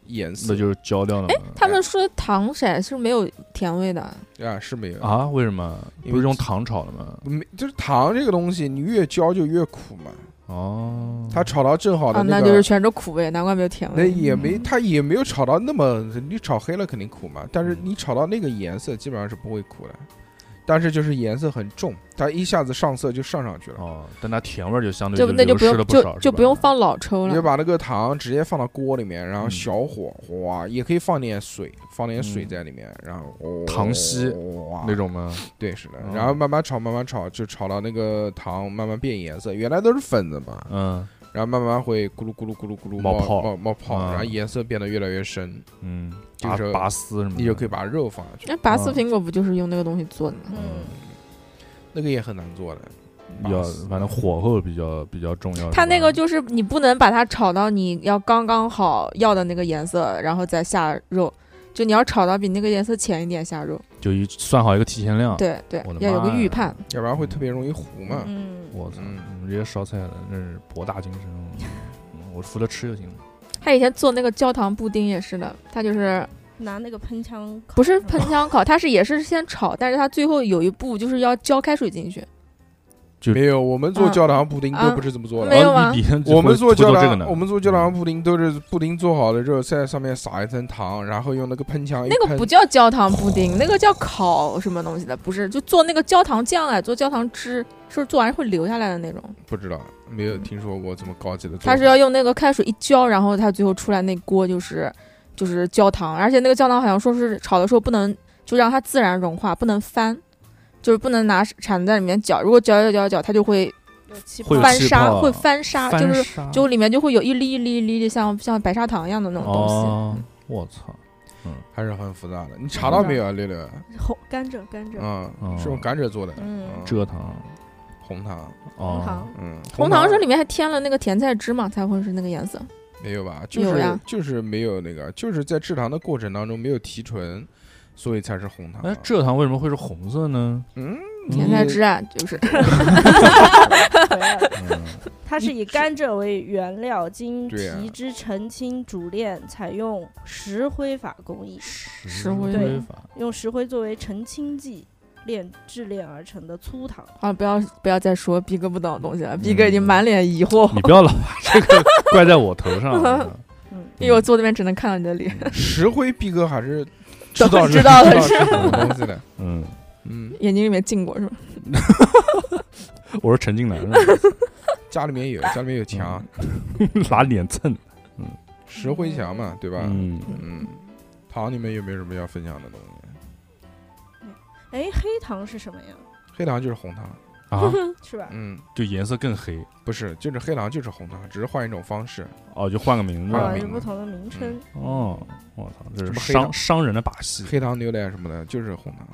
颜色，
那就是焦掉了嘛。
他
哎
们说糖色是没有甜味的，
啊是没有，
啊？为什么？
因为
不是用糖炒的吗？
没就是糖这个东西，你越焦就越苦嘛，
哦，
它炒到正好
啊
的，
那
个
就是全是苦味，难怪没有甜
那
嗯
味。
也没，它也没有炒到那么，你炒黑了肯定苦嘛，但是
嗯
你炒到那个颜色基本上是不会苦的，但是就是颜色很重，它一下子上色就上上去了，
哦，但它甜味儿就相对
就那就
流
不
失了
用
不少，
就就是
吧
不用放老抽
你就
了。
把那个糖直接放到锅里面，然后
嗯
小火哇，也可以放点水，放点水
嗯
在里面，然后
糖稀
哇
那种吗？
对是的
哦，
然后慢慢炒慢慢炒，就炒到那个糖慢慢变颜色，原来都是粉的嘛，
嗯
然后慢慢会咕噜咕噜咕噜咕噜
冒泡
冒冒泡，
嗯
然后颜色变得越来越深，
嗯，
这
拔
时候
拔丝什么的，
你就可以把肉放上去。
那拔丝
啊
苹果不就是用那个东西做的吗？
嗯，
那个也很难做的，
比较，反正火候比较比较重要。
它那个
就
就是你不能把它炒到你要刚刚好要的那个颜色，然后再下肉。就你要炒到比那个颜色浅一点下肉，
就一算好一个提前量。，
对对
啊我的，
要有个
妈呀
预判。
要不然会特别容易糊嘛。
嗯，
我操，
嗯
你们这些烧菜的真是博大精深， 嗯我负责吃就行了。
他以前做那个焦糖布丁也是的，他就是
拿那个喷枪烤
不是
吧
喷枪烤，他是也是先炒，但是他最后有一步就是要浇开水进去。
哎就
没有，我们做
啊
教堂布丁都
啊
不是这么做的。
没有
哦
吗
你你
我们做
就
教
这个
堂，
呢，
我们做教堂布丁都是布丁做好了之后，在上面撒一层糖，然后用那个喷枪一
那个
喷
不叫焦糖布
哦
丁，那个叫烤什么东西的，不是就做那个焦糖酱哎，做焦糖汁，是不是做完会流下来的那种？
不知道，没有听说过这么高级的做法。
它是要用那个开水一浇，然后它最后出来那锅就是就是焦糖，而且那个焦糖好像说是炒的时候不能就让它自然融化，不能翻，就是不能拿铲子在里面搅，如果搅搅搅搅，它就会
有气
会
泡
有
翻
气
沙，
泡
会翻 沙，
翻
就是
沙
就里面就会有一粒一粒一粒的像像白砂糖一样的那种东西。嗯
哦，我操，
还是很复杂的。你查到没有
嗯
啊，六六？
红甘蔗甘蔗，
嗯，
哦
是用甘蔗做的，啊
嗯
蔗糖
红糖，
红
哦，
糖
嗯，
红糖是里面还添了那个甜菜汁嘛，才会是那个颜色。
没有吧？就
有
是
呀
就是没有那个，就是在制糖的过程当中没有提纯，所以才是红糖。啊
哎，蔗糖为什么会是红色呢？
嗯，
甜菜汁啊， 就是
回来了
嗯
它是以甘蔗为原料，经
对啊
提汁澄清煮炼，采用石灰法工
嗯
艺，
石
灰
灰法，
用石灰作为澄清剂炼制炼而成的粗糖。
啊，不要不要再说逼哥不懂的东西了，逼哥
嗯
已经满脸疑惑，
你不要老把这个 怪在我头上 啊。
嗯，
因为我坐那边只能看到你的脸。
石灰毕哥还是
都
知道
知道的
是什么东西的。
嗯，
嗯，
眼睛里面进过是吧？
我是陈近南是吧
家里面有，家里面有墙，
拿脸蹭。
石灰墙嘛，对吧？
嗯，
嗯，糖你们有没有什么要分享的东西？
哎，黑糖是什么呀？
黑糖就是红糖，
啊，
是吧？
嗯，
就颜色更黑
不是，就是黑糖就是红糖，只是换一种方式。
哦，就换个名字
啊
啊，
明
是
白
不同的名称。
哦。我操，这
什么
是
黑
商
糖
商人的把戏
黑糖牛奶什么的，就是红糖。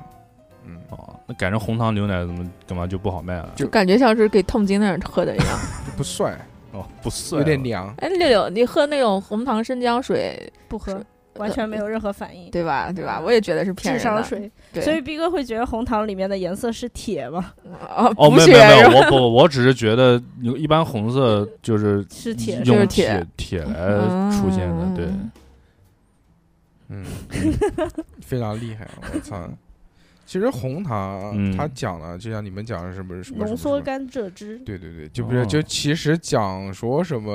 嗯，
哦，那改成红糖牛奶怎么干嘛就不好卖了？
就
感觉像是给痛经的人喝的一 样。
就不帅，
哦，不算
有点凉。
哎，六六，你喝那种红糖生姜水，
不喝
是，
完全没有任何反应。
对吧？对吧？我也觉得是骗
智
人的。
商税，
对，
所以逼哥会觉得红糖里面的颜色是铁吗？
啊，
哦，
补
没有
血
没有
是吧
没有，我不，我只是觉得有一般红色就是
是铁
就是
用
吗？
铁
铁
铁来出现的，对，
嗯
嗯，非常厉害，我操！其实红糖
嗯
它讲了，就像你们讲的什么什么
浓缩。
什么什么
甘蔗汁，
对对对，就不是
哦
就其实讲说什么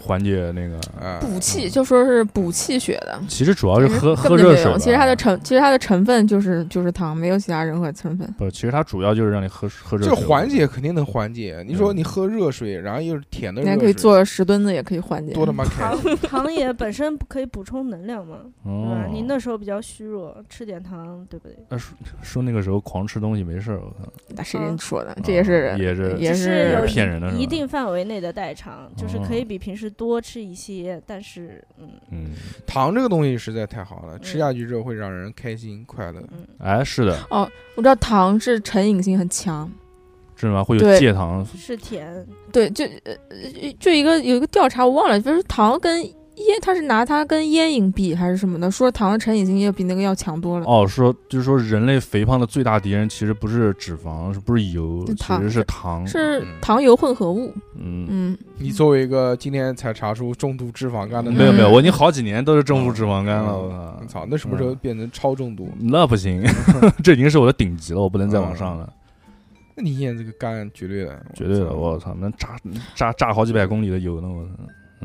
缓解那个。
啊
补气，就说是补气血的。
其实主嗯哦要是喝
根
喝
本就
热
没
水
有
吧，
其实它的成，其实它的成分就是就是糖，没有其他任何成分。
不，其实它主要就是让你喝喝热
这
水，
缓解肯定能缓解。你说
嗯
你喝热水，然后又是甜的
你还
热
可以
水，
做十吨的，也可以缓解。
多他妈开
糖
心。
糖也本身不可以补充能量嘛，对
哦
啊
吧？，你那时候比较虚弱，吃点糖，对不对？
那说说那个时候狂吃东西没事儿，我操，
那谁跟你说的？
嗯
这也是
也是
也
只
也
是有
是骗人的是吧
一定范围内的代偿，就是可以比平时多吃一些，但是嗯
嗯，
糖这个东西实在太好了，吃下去之后会让人开心快乐。
嗯，
哎，是的，
我知道糖是成瘾性很强。
是吗？会有
对
戒糖，
是甜，
对，就呃呃就一个有一个调查我忘了，就是糖跟烟，他是拿它跟烟瘾比还是什么的，说糖的成瘾性也比那个要强多了。
哦，说就是说人类肥胖的最大敌人其实不是脂肪，是不是油，
是
其
糖
实是糖，
是
嗯
糖油混合物，
嗯，
嗯，
你作为一个今天才查出重度脂肪肝的，
没有没有，
嗯
我已经好几年都是重度脂肪肝了，
嗯
我嗯操
我，操，那什么时候变成超重度？ 嗯
那不行，这已经是我的顶级了，我不能再往上了。
那你验这个肝绝对的，
绝对的，
操
我操，能炸炸炸好几百公里的油呢，我操，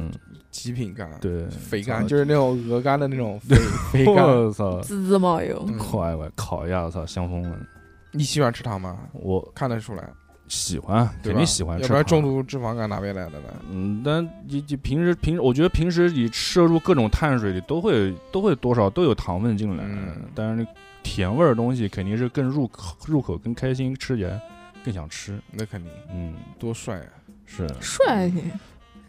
极品肝，，
对，
肥肝
操
就是那种鹅肝的那种 肥肥肝。
我操，
滋滋冒油。
嗯
快我烤一下，我操，香疯了，
你喜欢吃糖吗？
我
看得出来，
喜欢，
对
肯
吧？
定喜欢，
要
吃
不然中
糖
毒脂肪肝哪边来的呢？
嗯，但你你平时平时，我觉得平时你摄入各种碳水里都会都会多少都有糖分进来，
嗯
但是那甜味儿的东西肯定是更入口入口更开心，吃起来更想吃。
那肯定，
嗯，
多帅啊！
是
帅啊你，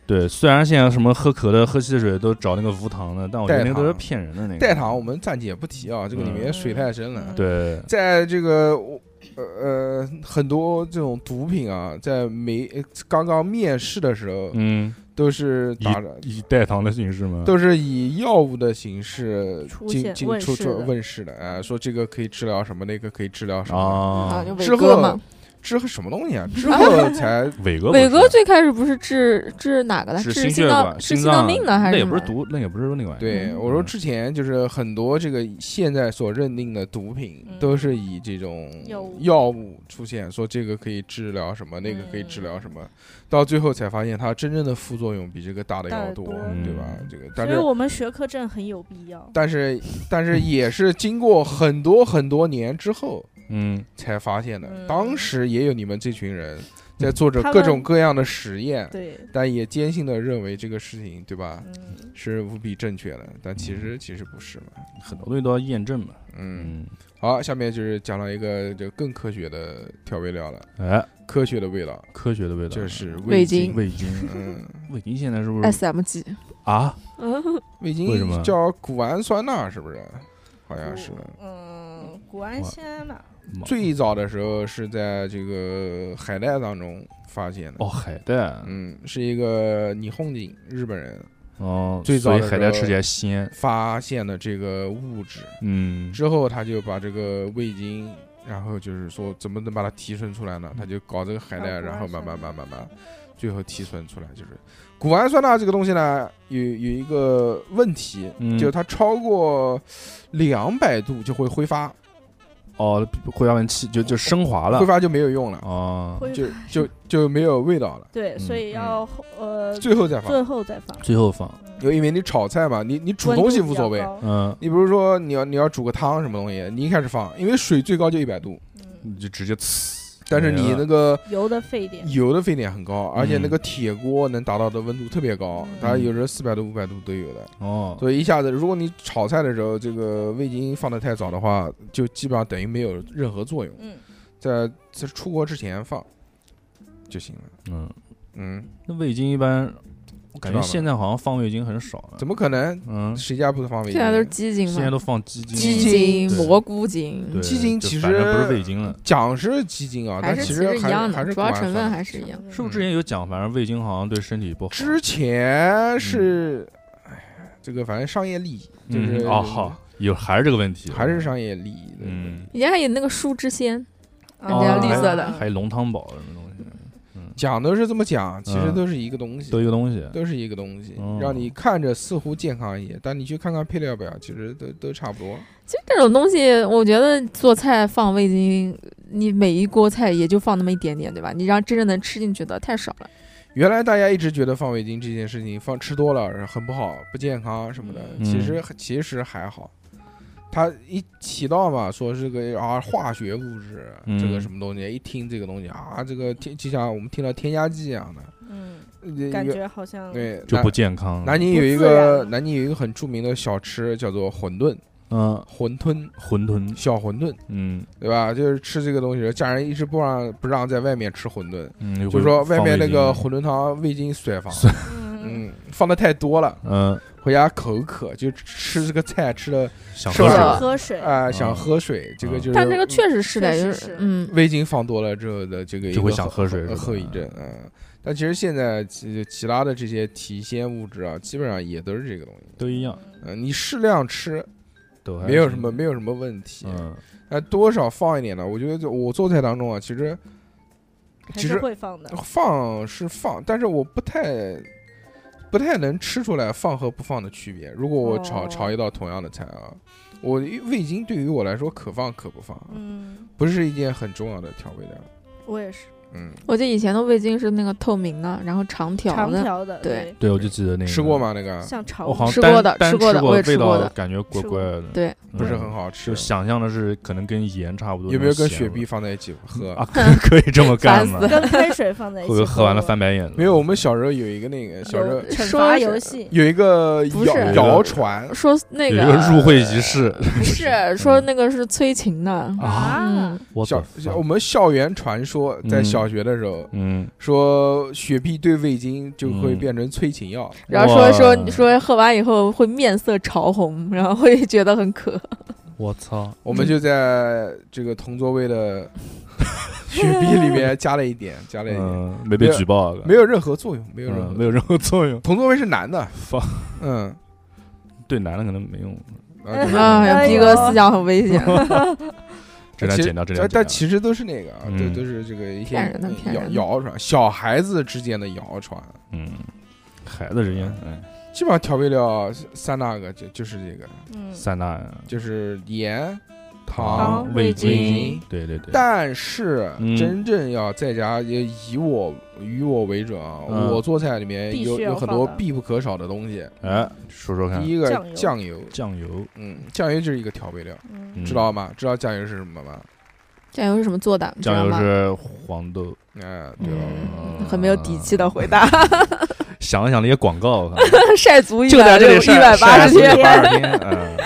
对。虽然现在什么喝可乐、喝汽水都找那个无糖的，但我觉得
代
那个都是
糖
骗人的那个
代糖我们暂且不提啊，这个里面
嗯
水太深了。
对
在这个我呃呃很多这种毒品啊，在没呃刚刚面世的时候，
嗯，
都是
以
打着
以嗯代糖的形式吗？
都是以药物的形式
出
进
现
进
问
出
世
出
的
问世的，哎，说这个可以治疗什么，那个可以治疗什么，
啊
啊，，就
之
伟哥
后
嘛。
之后什么东西啊？之后才
伟哥不
伟
是
哥最开始不是治治哪个的？
是
治
心血
心脏
管、
治
心
心脏
脏啊
病的还
那
是
也
什
不
么
是
的？
毒，那也不是那个玩意儿。
对
嗯
我说，之前就是很多这个现在所认定的毒品
嗯
都是以这种
药物
药物出现，说这个可以治疗什么，那个可以治疗什
嗯
么，到最后才发现它真正的副作用比这个大的
大
要
得
多
多，
对吧
嗯？
这个但
所以
是
我们学科证很有必要。
但是但是也是经过很多很多年之后，
嗯，
才发现的。
嗯
当时也有你们这群人在做着
他
各种
们
各样的实验，
对，
但也坚信的认为这个事情，对吧？
嗯，
是无比正确的，但其实其实不是嘛。
很多东西都要验证嘛。
嗯，
嗯，
好，下面就是讲了一个就更科学的调味料了，
哎，
科学的味道
科学的味道
就是
味
精。
精
味精，啊
嗯，
味精现在是不是
S M G
啊？
味精
为什么哦
叫谷氨酸钠，是不是？好像哎是。啊
嗯，谷氨酰钠，
妈
最早的时候是在这个海带当中发现的。
哦，海带，
嗯，是一个霓虹井日本人
哦，
最早
所以
的
海
时
带
候
吃起来鲜，
发现的这个物质，
嗯，
之后他就把这个味精，然后就是说怎么能把它提纯出来呢？他就搞这个海带，
搞谷氨
然后慢慢
嗯酸
慢慢慢，最后提纯出来就是谷氨酸钠这个东西呢，有有一个问题，
嗯
就是它超过两百度就会挥发，
哦，会让人气就就升华了
挥，发就没有用了，
哦，
会
就就就没有味道了。
对，所以要后呃
最后再放，
最后再放。
最后放，
因为因为你炒菜嘛，你你煮东西无所谓
温。度比较高
嗯，
你比如说，你要你要煮个汤什么东西，你一开始放，因为水最高就一百度，
嗯，
你就直接呲，
但是
没
你
了
那个
油的沸点，
油的沸点很高，而且那
嗯
个铁锅能达到的温度特别高
嗯，
大概有时候四百度、五百度都有的。
哦，
所以一下子，如果你炒菜的时候这个味精放的太早的话，就基本上等于没有任何作用。
嗯，
在在出锅之前放就行了。
嗯，
嗯，
那味精一般，我感
知道
觉
了
现在好像放味精很少了，
怎么可能？
嗯，
谁家不放味
现
精？
在都是鸡精
现在
嘛，
都放鸡精，
鸡
精、
对
蘑菇精
对，
鸡精
就
其
反正不
实嗯
是味精了。
讲是鸡精啊，
还
但
是
其
其
实
实一
还
样
还
的，
是
主要
谷氨
成
酸
分还是一样。
是不是之前有讲，反正味精好像对身体不好？
之前是，哎呀，这个反正商业利益就是
嗯嗯、哦，好，有还是这个问题，
还是商业利益。对
嗯，
以前还有那个树脂鲜，
嗯
哦
人家绿色的
还有浓汤宝什么东西，
讲都是这么讲，其实
嗯
都是一个东西，
都一个东西。
都是一个东西
哦，
让你看着似乎健康一些，但你去看看配料表，其实都都差不多。
嗯
其实这种东西，我觉得做菜放味精，你每一锅菜也就放那么一点点，对吧？你让真正能吃进去的太少了。
原来大家一直觉得放味精这件事情放吃多了很不好、不健康什么的，
嗯
其实其实还好。它一提到嘛，说这个啊化学物质，
嗯
这个什么东西，一听这个东西啊，这个天就像我们听到添加剂一样的
嗯，
呃，
感觉好像
对
就
南
不健康。
南京有一
不自然
个
了
南京有一个很著名的小吃叫做馄饨，
嗯，
馄饨
馄饨，
小馄饨。
嗯
对吧？就是吃这个东西，家人一直不让不让在外面吃馄饨，
嗯，
就说外面那个
会
馄饨汤味精甩房，
嗯
嗯，放的太多了，
放味精嗯，
回家口渴，就吃这个菜吃的
想
是
喝
吧
想
水，
喝水，
啊、
嗯
想喝水，这个就是。
但这个确实是的，
确实
就是
是
嗯，
味精放多了之后的这个呃
就
一
会
个
想喝水是吧啊
后后遗症，嗯。但其实现在其其他的这些提鲜物质啊，基本上也都是这个东西。
都一样，
嗯，你适量吃，
都还
没有
是
什么没有什么问题。啊
嗯
那哎多少放一点呢？我觉得就我做菜当中啊，其实
还
其实
是会放 的。
放是放，但是我不太不太能吃出来放和不放的区别。如果我炒、
哦
炒一道同样的菜啊，我味精对于我来说可放可不放，
嗯，
不是一件很重要的调味料。
我也是
嗯，
我记得以前的味精是那个透明的，然后长条
长
的，
条的，
对
对，我就记得那个
吃过？吗？那个
像炒
我好像
吃
单
过的
单
吃过的我也吃
味
过
道
的
感觉怪
吃
怪
过
的，
对，
嗯
不是很好吃啊
就，想象的是可能跟盐差不多那
有
种咸味。
没有跟雪碧放在一起喝？
啊？可以这么干 吗？
烦死
会
跟开水放在一
不
起，
会喝完了翻白眼？
没有，我们小时候有一个那个小时候
有
惩
说
罚
是
游戏，
有一个
不
谣
是
谣传，
说那
有一
个
个入会仪 式，
不是说那个是催情的，
嗯啊
嗯，
我
小我们校园传说，在
嗯
小学的时候
嗯，
说雪碧兑味精就会
嗯
变成催情药，
然后说说
哇
你说喝完以后会面色潮红，然后会 觉得 很渴，
我操，
我们就在这个同座位 的雪碧里面加了一点，加了一点，
嗯，没被举报，
没有任何作用，没有任何
嗯，
作用。
没有任何作用。
同座位是男的，
放
嗯，
对男的可能没用，
啊对
哎呀，
哎呦
逼哥思想很 危险，
这
其
段
实
剪掉，这
但
段
但
剪
其实都是那个啊，
嗯
都都是这个一些
骗人的骗
谣
人的
谣传，小孩子之间的谣传，
掉，嗯，孩子之间，
嗯
哎，
基本上调味料三大个就就是这个，
嗯，
三大
就是盐、
糖
糖、
啊味
味
精
精，对对对，
但是
嗯
真正要在家也以我以我为准啊，
嗯
我做菜里面
必
有
须要
有很多
放的
必不可少的东西。
哎，说说看
第，一个
酱油
酱油，
酱油，
嗯，酱油就是一个调味料，
嗯
嗯
知道吗？知道酱油是什么吗？
酱油是什么做的？你知
酱
道
油
吗？
是黄豆，
哎，对吧？
嗯，很没有底气的回答，
想了想那些广告，我看
晒足一
就在
百
这
六
里
一百八十
天，
天，
八 十天，嗯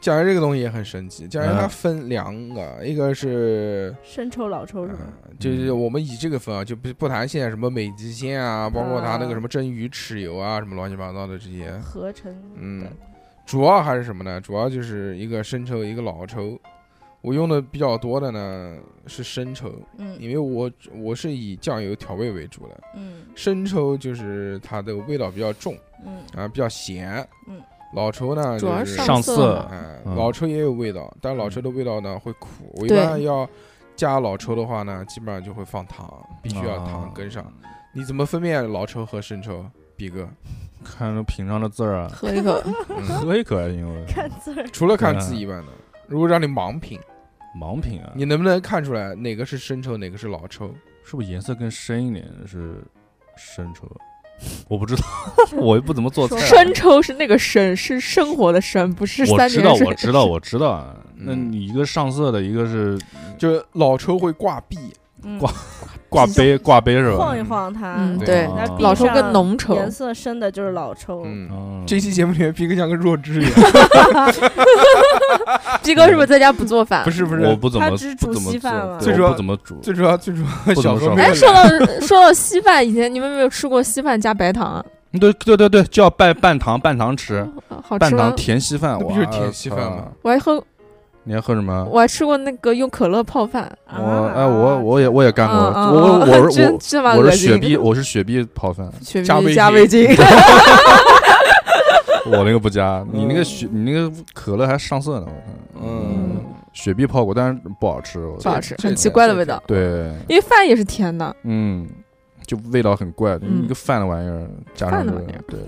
酱油这个东西也很神奇，酱油它
嗯
分两个，一个是。
生抽、老抽什么，
嗯就是我们以这个分啊，就不不谈现在什么美极鲜啊，包括它那个
啊
什么蒸鱼豉油啊，什么乱七八糟的这些，
合成的
嗯，主要还是什么呢？主要就是一个生抽，一个老抽。我用的比较多的呢是生抽，
嗯
因为我我是以酱油调味为主的。
嗯
生抽就是它的味道比较重
嗯
啊，比较咸。
嗯，
老抽呢，
主要
就是是
上
色
色
嘛，
哎，
嗯
老抽也有味道，但老抽的味道呢会
嗯
苦。我一
对
般要加老抽的话呢，基本上就会放糖，必须要糖
啊
跟上。你怎么分辨老抽和生抽，比哥？
看着品上的字儿 啊，
喝一口，
嗯
喝一口啊，因为
看字儿，
除了看字以外呢，如果让你盲品，
盲品啊，
你能不能看出来哪个是生抽，哪个是老抽？
是不是颜色更深一点是生抽？我不知道，我又不怎么做菜
说。
生抽是那个生，是生活的生，不是
我
三
知
点
道，
水。
我知道，我知道啊。那
嗯
你一个上色的，一个是
就是老抽会挂壁，
嗯
挂挂杯挂杯是吧？
晃一晃它，
嗯，
对
对
啊，
然后
老
地
抽
上
跟浓稠
颜色深的就是老抽，
嗯，
嗯，
这期节目里面，逼哥像个弱智一 样。
鸡哥是不是在家不做饭？
不是不
我
是，
不怎么
他只煮
不怎么
稀饭
做
了，
最
对
主
我
要
不怎么煮。
最主要最主要，
不怎
小
么
何
说
没
哎，
有
说到说到稀饭，以前你们有没有吃过稀饭加白 糖啊？
对对对对，就要拌拌糖拌糖吃，
哦好
拌
吃吗
糖？甜稀饭，
那不
我
就是甜稀饭吗？
我还喝，
你还喝什么？
我还吃过那个用可乐泡饭。
啊
我哎，我我也我也干过，
嗯嗯
我我
嗯
我是
真真
我
他妈
我
恶
是
心
雪碧，我是雪碧泡饭，
雪
加味
碧加
精
味精，
我那个 不加，你那个
嗯
雪你那个可乐还上色呢，我看，
嗯，
雪碧泡过，但是不好吃，我
不好吃，
这
很奇
个
怪
这
的味
个
道。
对，
因为饭也是甜的，
嗯，就味道很怪，
嗯
一个饭的玩意儿加上
饭
这
的
个
玩意儿，
对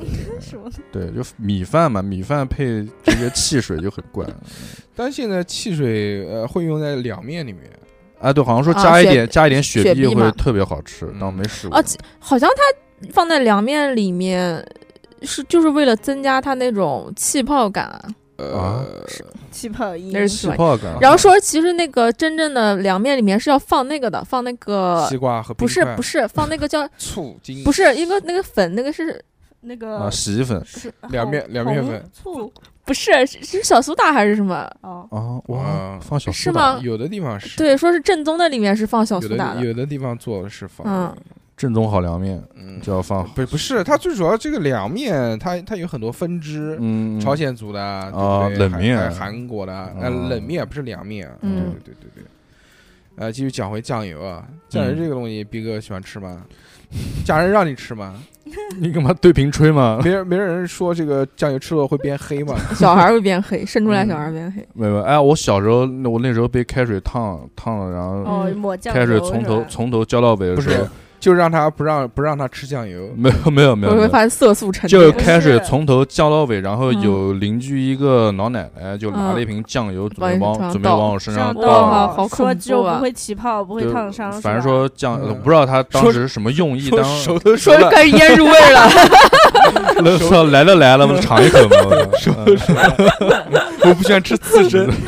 什么
对，就米饭嘛，米饭配这些汽水就很 怪
但现在汽水呃会用在凉面里面，
啊。对，好像说
啊
加一
雪
点加一点雪
雪
碧
碧
会
嘛
特别好吃，但我
嗯
没试过
啊。好像它放在凉面里面是就是为了增加它那种气泡感啊。
啊
呃，
气泡音
那是
气
喜欢
泡感，
然后说，其实那个真正的凉面里面是要放那个的，放那个
西瓜和
啊不是不
是
是放那个叫
醋精，
不是一个那个粉，那个是
那个
啊，洗衣粉
是
两面
红
两面粉
醋
不是是是小苏打还是什么？
哦，
啊，哇
啊，
放小
是
苏打
吗
有的地方是，
对，说是正宗的里面是放小
有
苏打
的
的，
有的地方做的是放
嗯，
正宗好凉面
嗯，
就要放，
不不是，它最主要这个凉面，它它有很多分支，
嗯，
朝鲜族的啊
啊冷面
韩国的啊，呃，
嗯
冷面不是凉面，啊
嗯
对对对对对。呃，继续讲回酱油啊，酱油这个东西，逼哥喜欢吃吗？家人让你吃 吗？
你干嘛对瓶吹吗？
没人没人说这个酱油吃了会变黑吗？
小孩儿会变黑，生出来
嗯
小孩儿变黑，
没有，哎，我小时候那我那时候被开水烫烫了，然后
哦
嗯
抹酱
开水
油
从
是
头
吧
从头浇到尾的
不
时候
是，嗯就让他不让不让他吃酱油，
没有没有嗯没
我
有，没
会
有
发现色素沉
就
淀。
开
不
始
是
从头降到尾，然后
嗯
有邻居一个老奶奶就拿
嗯
了一瓶酱油，准
往
备
你
往
头上
准备
倒
往我身上
倒啊
倒，
好恐
说
怖
就
啊
不会起泡，不会
就
烫伤，是
反正
吧
说酱，
嗯
我不知道他当
说
时什么用意，
说
当
熟都熟
说
了，
开始腌入味儿了，
那说来都来了，我尝一口嘛。 嗯我说
我不喜欢吃刺身。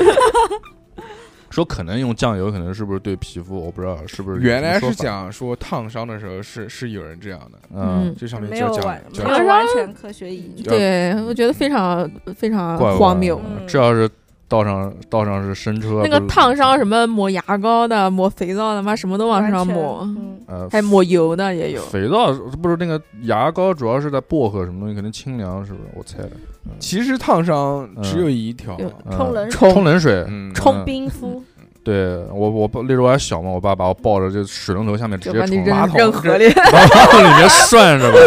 说可能用酱油，可能是不是对皮肤，我不知道是不是有
原来
什么
是
说法，
讲说烫伤的时候是是有人这样的，
嗯，
嗯
这上面
没
叫
有
酱
完，
叫
没有完全科学依据。
对，我觉得非常非常
怪不得
荒谬。
嗯
这要是倒上倒上是生车，
那个
不是
烫伤什么抹牙膏的、抹肥皂的，妈什么都往身上
完全
抹，
嗯
呃
还抹油的也有。
肥皂不是那个牙膏，主要是在薄荷什么东西，可能清凉是不是？我猜的，
其实烫伤只有一条，
有
嗯
冲冷
冲
冲冷水，
嗯，
冲
冰敷，
对我我爸那时候还小嘛，我爸把我抱着就水龙头下面
就
直接
把你
冲
扔
马桶，
扔河里，
然后里面 涮着吧，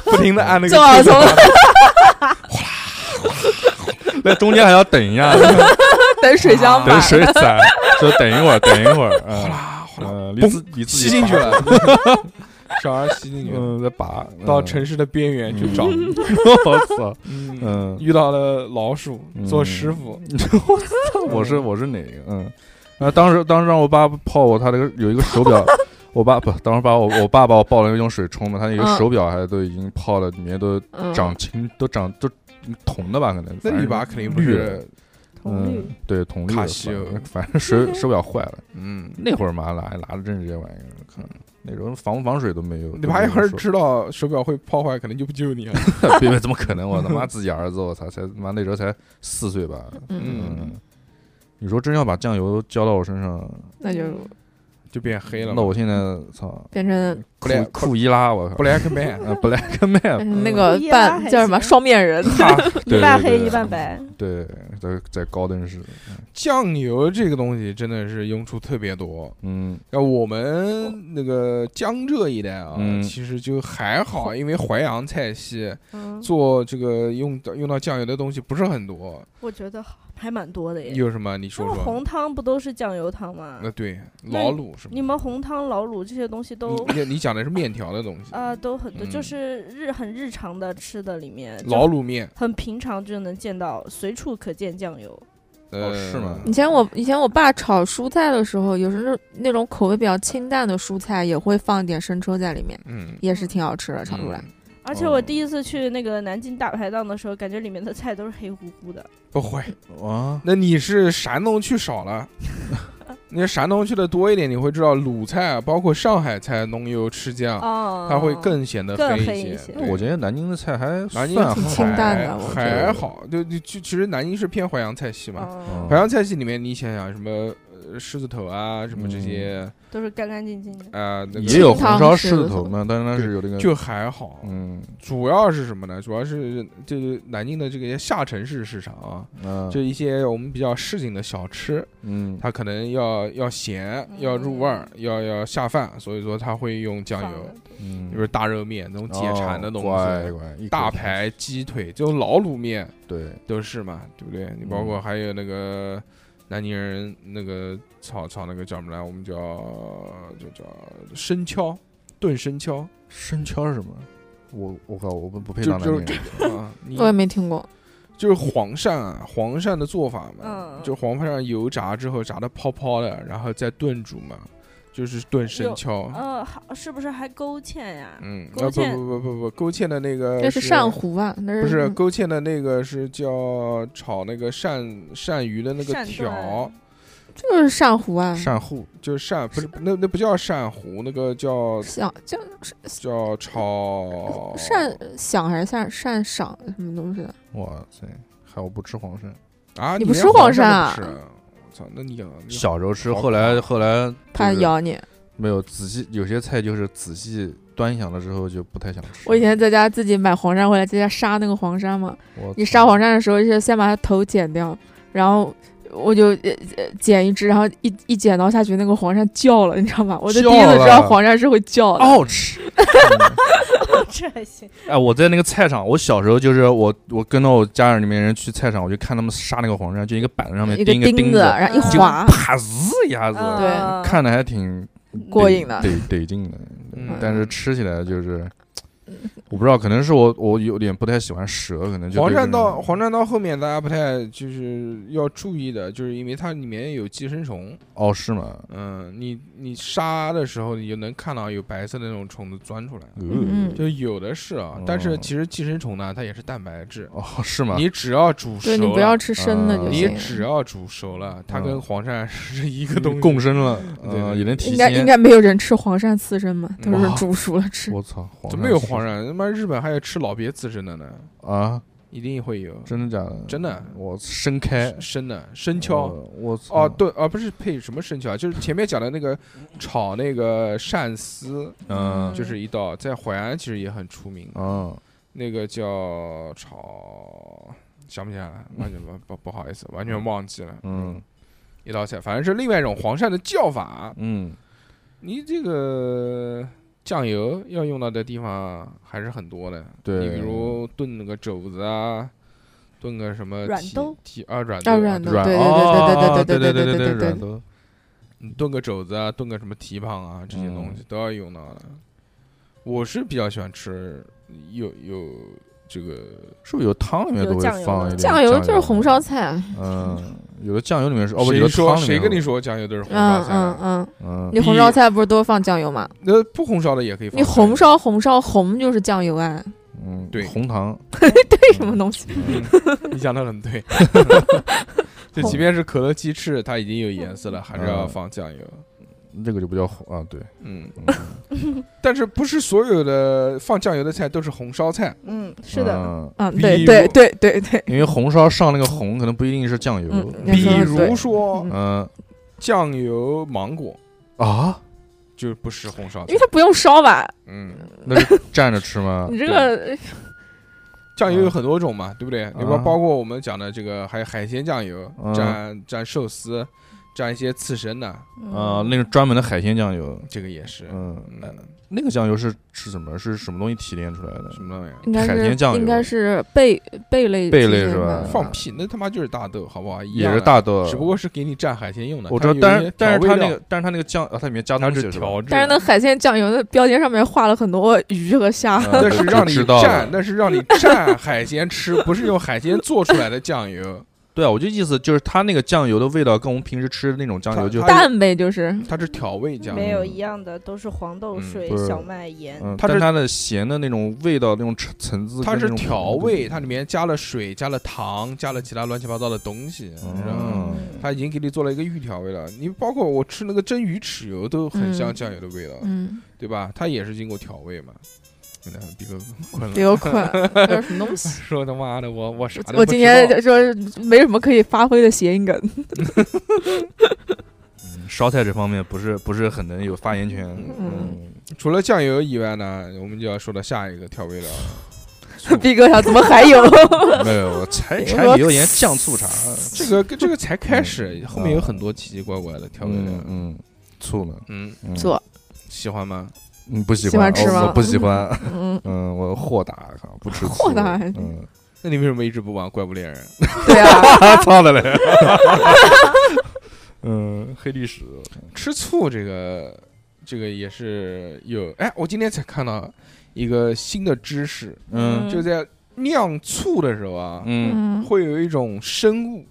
不停的按那个
正好
键
从
盘。
那中间还要等一下，
等水箱
啊
等
满。
水 散，就等一会儿，等一会儿，嗯
哗 啦哗啦，
嗯，离自离自己
吸进去
拔，
了， 小孩吸进去了，
嗯，再拔
到 城市的边缘去找。
嗯 我操，
嗯，
嗯，
遇到了老鼠
嗯
做师 傅，
我是我是哪一个？嗯，然后当时当时让我爸泡我，他那个有一个手表，我爸不，当时把我我爸把我抱了用水冲嘛，他那个
嗯
手表还都已经泡了，里面都
嗯
长青，都长都铜的吧，可能
那
反
你
正
爸肯定不
绿
是
的，
铜绿
嗯，对，铜绿
卡
的
西欧
反正反正手手表坏了，
嗯，
那会儿嘛拿拿着正这些玩意儿，看那时候防不防水都没有。
你爸要是
知
知道手表会泡坏，肯定就不救你了。
别别，怎么可能？我他妈自己儿子，我操，才他妈那时候才四岁吧，
嗯，
嗯。你说真要把酱油浇到我身上，
那就
就变黑了嘛。
那我现在操，
变成
不来
库库伊拉，我靠，
black man，
呃，Black Man，
那个
一拉
半
还
叫什么
行
双面人，
对
一半黑
对
一半白，
对，在在高登市，
酱油这个东西真的是用处特别多。
嗯，
那我们那个江浙一带啊，
嗯
其实就还好，因为淮扬菜系
嗯，
做这个用到用到酱油的东西不是很多。
我觉得好还蛮多的耶。
有什么？你说
那么红
说。
汤不都是酱油汤吗？
那对
那
老卤什么的？
你们红汤、老卤这些东西都
你你讲的是面条的东西，
啊都很多，
嗯
就是日很日常的吃的里面，就
老卤面，
很平常就能见到，随处可见酱油。
呃，
哦是吗
以前我以前我爸炒蔬菜的时候，有时候那种口味比较清淡的蔬菜也会放一点生抽在里面，
嗯，
也是挺好吃的，炒出来。
嗯
而且我第一次去那个南京大排档的时候，感觉里面的菜都是黑乎乎的。
不会。
啊，
那你是山东去少了， 你山东去的多一点，你会知道鲁菜，啊包括上海菜，浓油赤酱，
哦，
啊它会更显得
更
黑
黑
些
一些。
对
我觉得南京的菜还
南
算
京
好
挺清淡的
还
我觉
还
得
好。就就其其实南京是偏淮扬菜系嘛，
哦
嗯
淮扬菜系里面，你想想什么呃狮子头啊，什么这些
都是干干净净的。
啊，那个
嗯也有
清
红
汤
烧
狮
狮子
子
头
头
嘛，但是它是有那个，
就还好。
嗯
主要是什么呢？主要是这个南京的这个下沉式市场啊，
嗯，
就一些我们比较市井的小吃，
嗯，
它可能要要咸，要入味儿，要要下饭，所以说它会用酱
放
油
的，
嗯哦
就是大热面那种解馋的东西，
乖乖，一口
大
气
排鸡腿这种老卤面
对，
都是嘛，对不对？
嗯
你包括还有那个南宁人那个炒炒那个叫什么来，我们叫就叫生敲炖生敲，
生敲是什么？我我靠，我不不配
就
当南
就
京人，
啊，你
我也没听过，
就是黄鳝啊，黄鳝的做法嘛，
嗯
就黄鳝油炸之后炸的泡泡的，然后再炖煮嘛，就是炖生敲。
呃，好是不是还勾芡呀？
嗯，
勾
啊不
芡
不不不不，勾芡的那个
那是鳝，糊啊，那
不是勾芡的那个是叫炒那个鳝鳝鱼的那个
鳝
条
段，
就是鳝糊啊，
善户
就是鳝不是那那不叫鳝糊，那个叫
想叫
叫炒
鳝想还是鳝鳝赏什么东西的？
哇塞，害我不吃黄鳝。
啊，
你
你
不
连
吃
黄
黄鳝啊
都不吃我操，那你养
小时候吃，
好
后
可
来
怕
后来
怕
就是
咬你。
没有仔细，有些菜就是仔细端详了之后就不太想吃。
我以前在家自己买黄鳝回来，在家杀那个黄鳝嘛。
我
你杀黄鳝的时候，就是先把它头剪掉，然后我就呃呃剪一只，然后一一剪刀下去，那个黄鳝叫了，你知道吗？我就第一次
叫
知道
了哦
黄鳝是会叫的。
ouch！
这还行。
哎，我在那个菜场，我小时候就是我我跟到我家人里面人去菜场，我就看他们杀那个黄鳝，就一个板子上面
一个
钉个钉
子，然后一
嗯
就
划，
啪滋一下子，
对
嗯
看的还挺
过瘾的
得得得劲的。
嗯
但是吃起来就是，我不知道，可能是我我有点不太喜欢蛇，可能就
黄
对
鳝
这
到
种
黄鳝到后面，大家不太就是要注意的，就是因为它里面有寄生虫。
哦是吗？
嗯，你你杀的时候，你就能看到有白色的那种虫子钻出来，
呃
嗯
就有的是啊
哦。
但是其实寄生虫呢，它也是蛋白质，
哦是吗？
你只要煮熟
对
了，
你不要吃生的
嗯
就
你
行。
只要煮熟了，它跟
嗯
黄鳝 是一个东西。
共生了，
对对
嗯，
对
也能提
应该应
鲜。
该没有人吃黄鳝刺身吧？都是
哇
煮熟了吃。
我操，黄
怎么有
鳝
黄鳝？他妈日本还有吃老鳖刺身的呢，
啊？
一定会有
真的假的？
真的
我生开
生的生敲。
我我操
哦，，对，啊，不是配什么生敲，就是前面讲的那个炒那个鳝丝，
嗯
就是一道，在淮安其实也很出名，
嗯，
那个叫炒，想不起来了，完全不不不好意思，完全忘记了。
嗯，
一道菜，反正是另外一种黄鳝的叫法。
嗯，
你这个酱油要用到的地方还是很多的，
对
你比如炖那个肘子啊，炖个什么
软
蹄
豆
蹄啊软
啊
豆
软豆
对
软
对对
哦
对对
对
对对对
对
对对
软
对
豆
你炖个肘子啊，炖个什么蹄膀啊，这些
嗯
东西都要用到的。我是比较喜欢吃有有这个
是不是有汤里面
有
都会
酱油
放
的
一点
酱油就是红烧菜，啊
嗯，有的酱油里面是哦，不，有
谁
的
说
汤里面
谁跟你
有
说酱油都是红烧
嗯
菜
嗯
啊？
嗯，
嗯
你红烧菜不是都放酱油吗？
那不红烧的也可以放
你
酱油。
红烧红烧红就是酱油啊，
嗯
对
红糖
这什么东西？
嗯，你讲的 很对。就即便是可乐鸡翅，它已经有颜色了，还是要
嗯
放酱油。
这个就不叫红啊，对，
嗯，
嗯
但是不是所有的放酱油的菜都是红烧菜？
嗯，是的，
嗯
嗯，
比
对
如
对对对对，
因为红烧上那个红可能不一定是酱油，
嗯
比
你说的对
如说
嗯
嗯
酱油芒果
啊，
就不是红烧
因
菜
为。它不用烧吧？
嗯，
那是蘸着吃吗
你？这个
酱油有很多种嘛，对不对？里
啊
边包括我们讲的这个，还有海鲜酱油，
嗯
蘸蘸寿司，蘸一些刺身的，呃
啊，
嗯
那个专门的海鲜酱油，
这个也是。
嗯，哎
嗯，
那个酱油是是什么？是什么东西提炼出来的？
什么东西啊？
应该
海
是
鲜酱油
应该是贝贝类
贝类
之类
是吧
的
放屁，那他妈就是大豆，好不好？一
也
样
是
的
大豆，
只不过是给你蘸海鲜用的。
我知道，
它
但
有一
是
些
但
调
是它
味
那
料
个但是它那个酱，啊它里面加
它
东
是
西是吧？
调制的，
但是那海鲜酱油的标签上面画了很多鱼和虾，
嗯
那是让你
知道
蘸，
了
那是让你蘸海鲜吃，不是用海鲜做出来的酱油。
对啊，我就意思就是它那个酱油的味道跟我们平时吃的那种酱油就
它
蛋呗，就是
它是调味酱，
没有一样的，都是黄豆
嗯
水
不是、
小麦、盐。
嗯，
它
但
是
它的咸的那种味道，那种层层次，
它是调味，它里面加了水，加了糖，加了其他乱七八糟的东西，然后
嗯
它已经给你做了一个预调味了。你包括我吃那个蒸鱼豉油都很像酱油的味道，
嗯，
对吧？它也是经过调味嘛。那比个困了，
比较困，嗯有什么东西？
说他妈的我我啥都
我
不
今
知
天
道
就说没什么可以发挥的谐音梗，
嗯烧菜这方面不是不是很能有发言权。
嗯
嗯，
除了酱油以外呢，我们就要说到下一个调 味料了。
逼哥想怎么还有？
没有，我柴
我
柴
说嗯
米油盐酱醋茶，
这 个跟这个才开始，后面有很多奇奇怪怪的调味料
嗯。嗯，醋呢？
嗯，
嗯
做，
喜欢吗？
嗯，不喜
喜欢
欢，
吃
我
吗
我不喜欢。
嗯，
嗯，我豁达，靠不吃醋
豁达
嗯，
那你为什么一直不玩怪物猎人？
对啊，
操 的嘞。嗯，黑历史。
吃醋这个，这个也是有。哎，我今天才看到一个新的知识，
嗯
就在酿醋的时候啊，
嗯，
嗯，
会有一种生物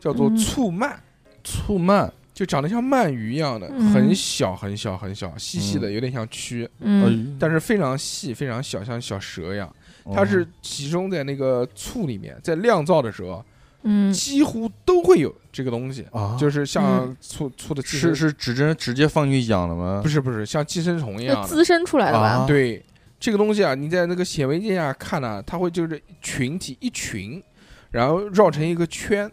叫做
嗯
醋鳗，
醋鳗，
就长得像鳗鱼一样的，
嗯
很小很小很小，细细的，有点像蛆，
哦
嗯，
哎但是非常细非常小，像小蛇一样。
哎
它是集中在那个醋里面，在酿造的时候啊，
嗯，
几乎都会有这个东西。
啊，
就是是像醋醋的寄生
是是直接直接放进去养的吗？
不是不是像寄生虫一
就
样的，
滋生出来的吧
啊？
对这个东西啊，你在那个显微镜下看呢、它会就是群体一群，然后绕成一个圈，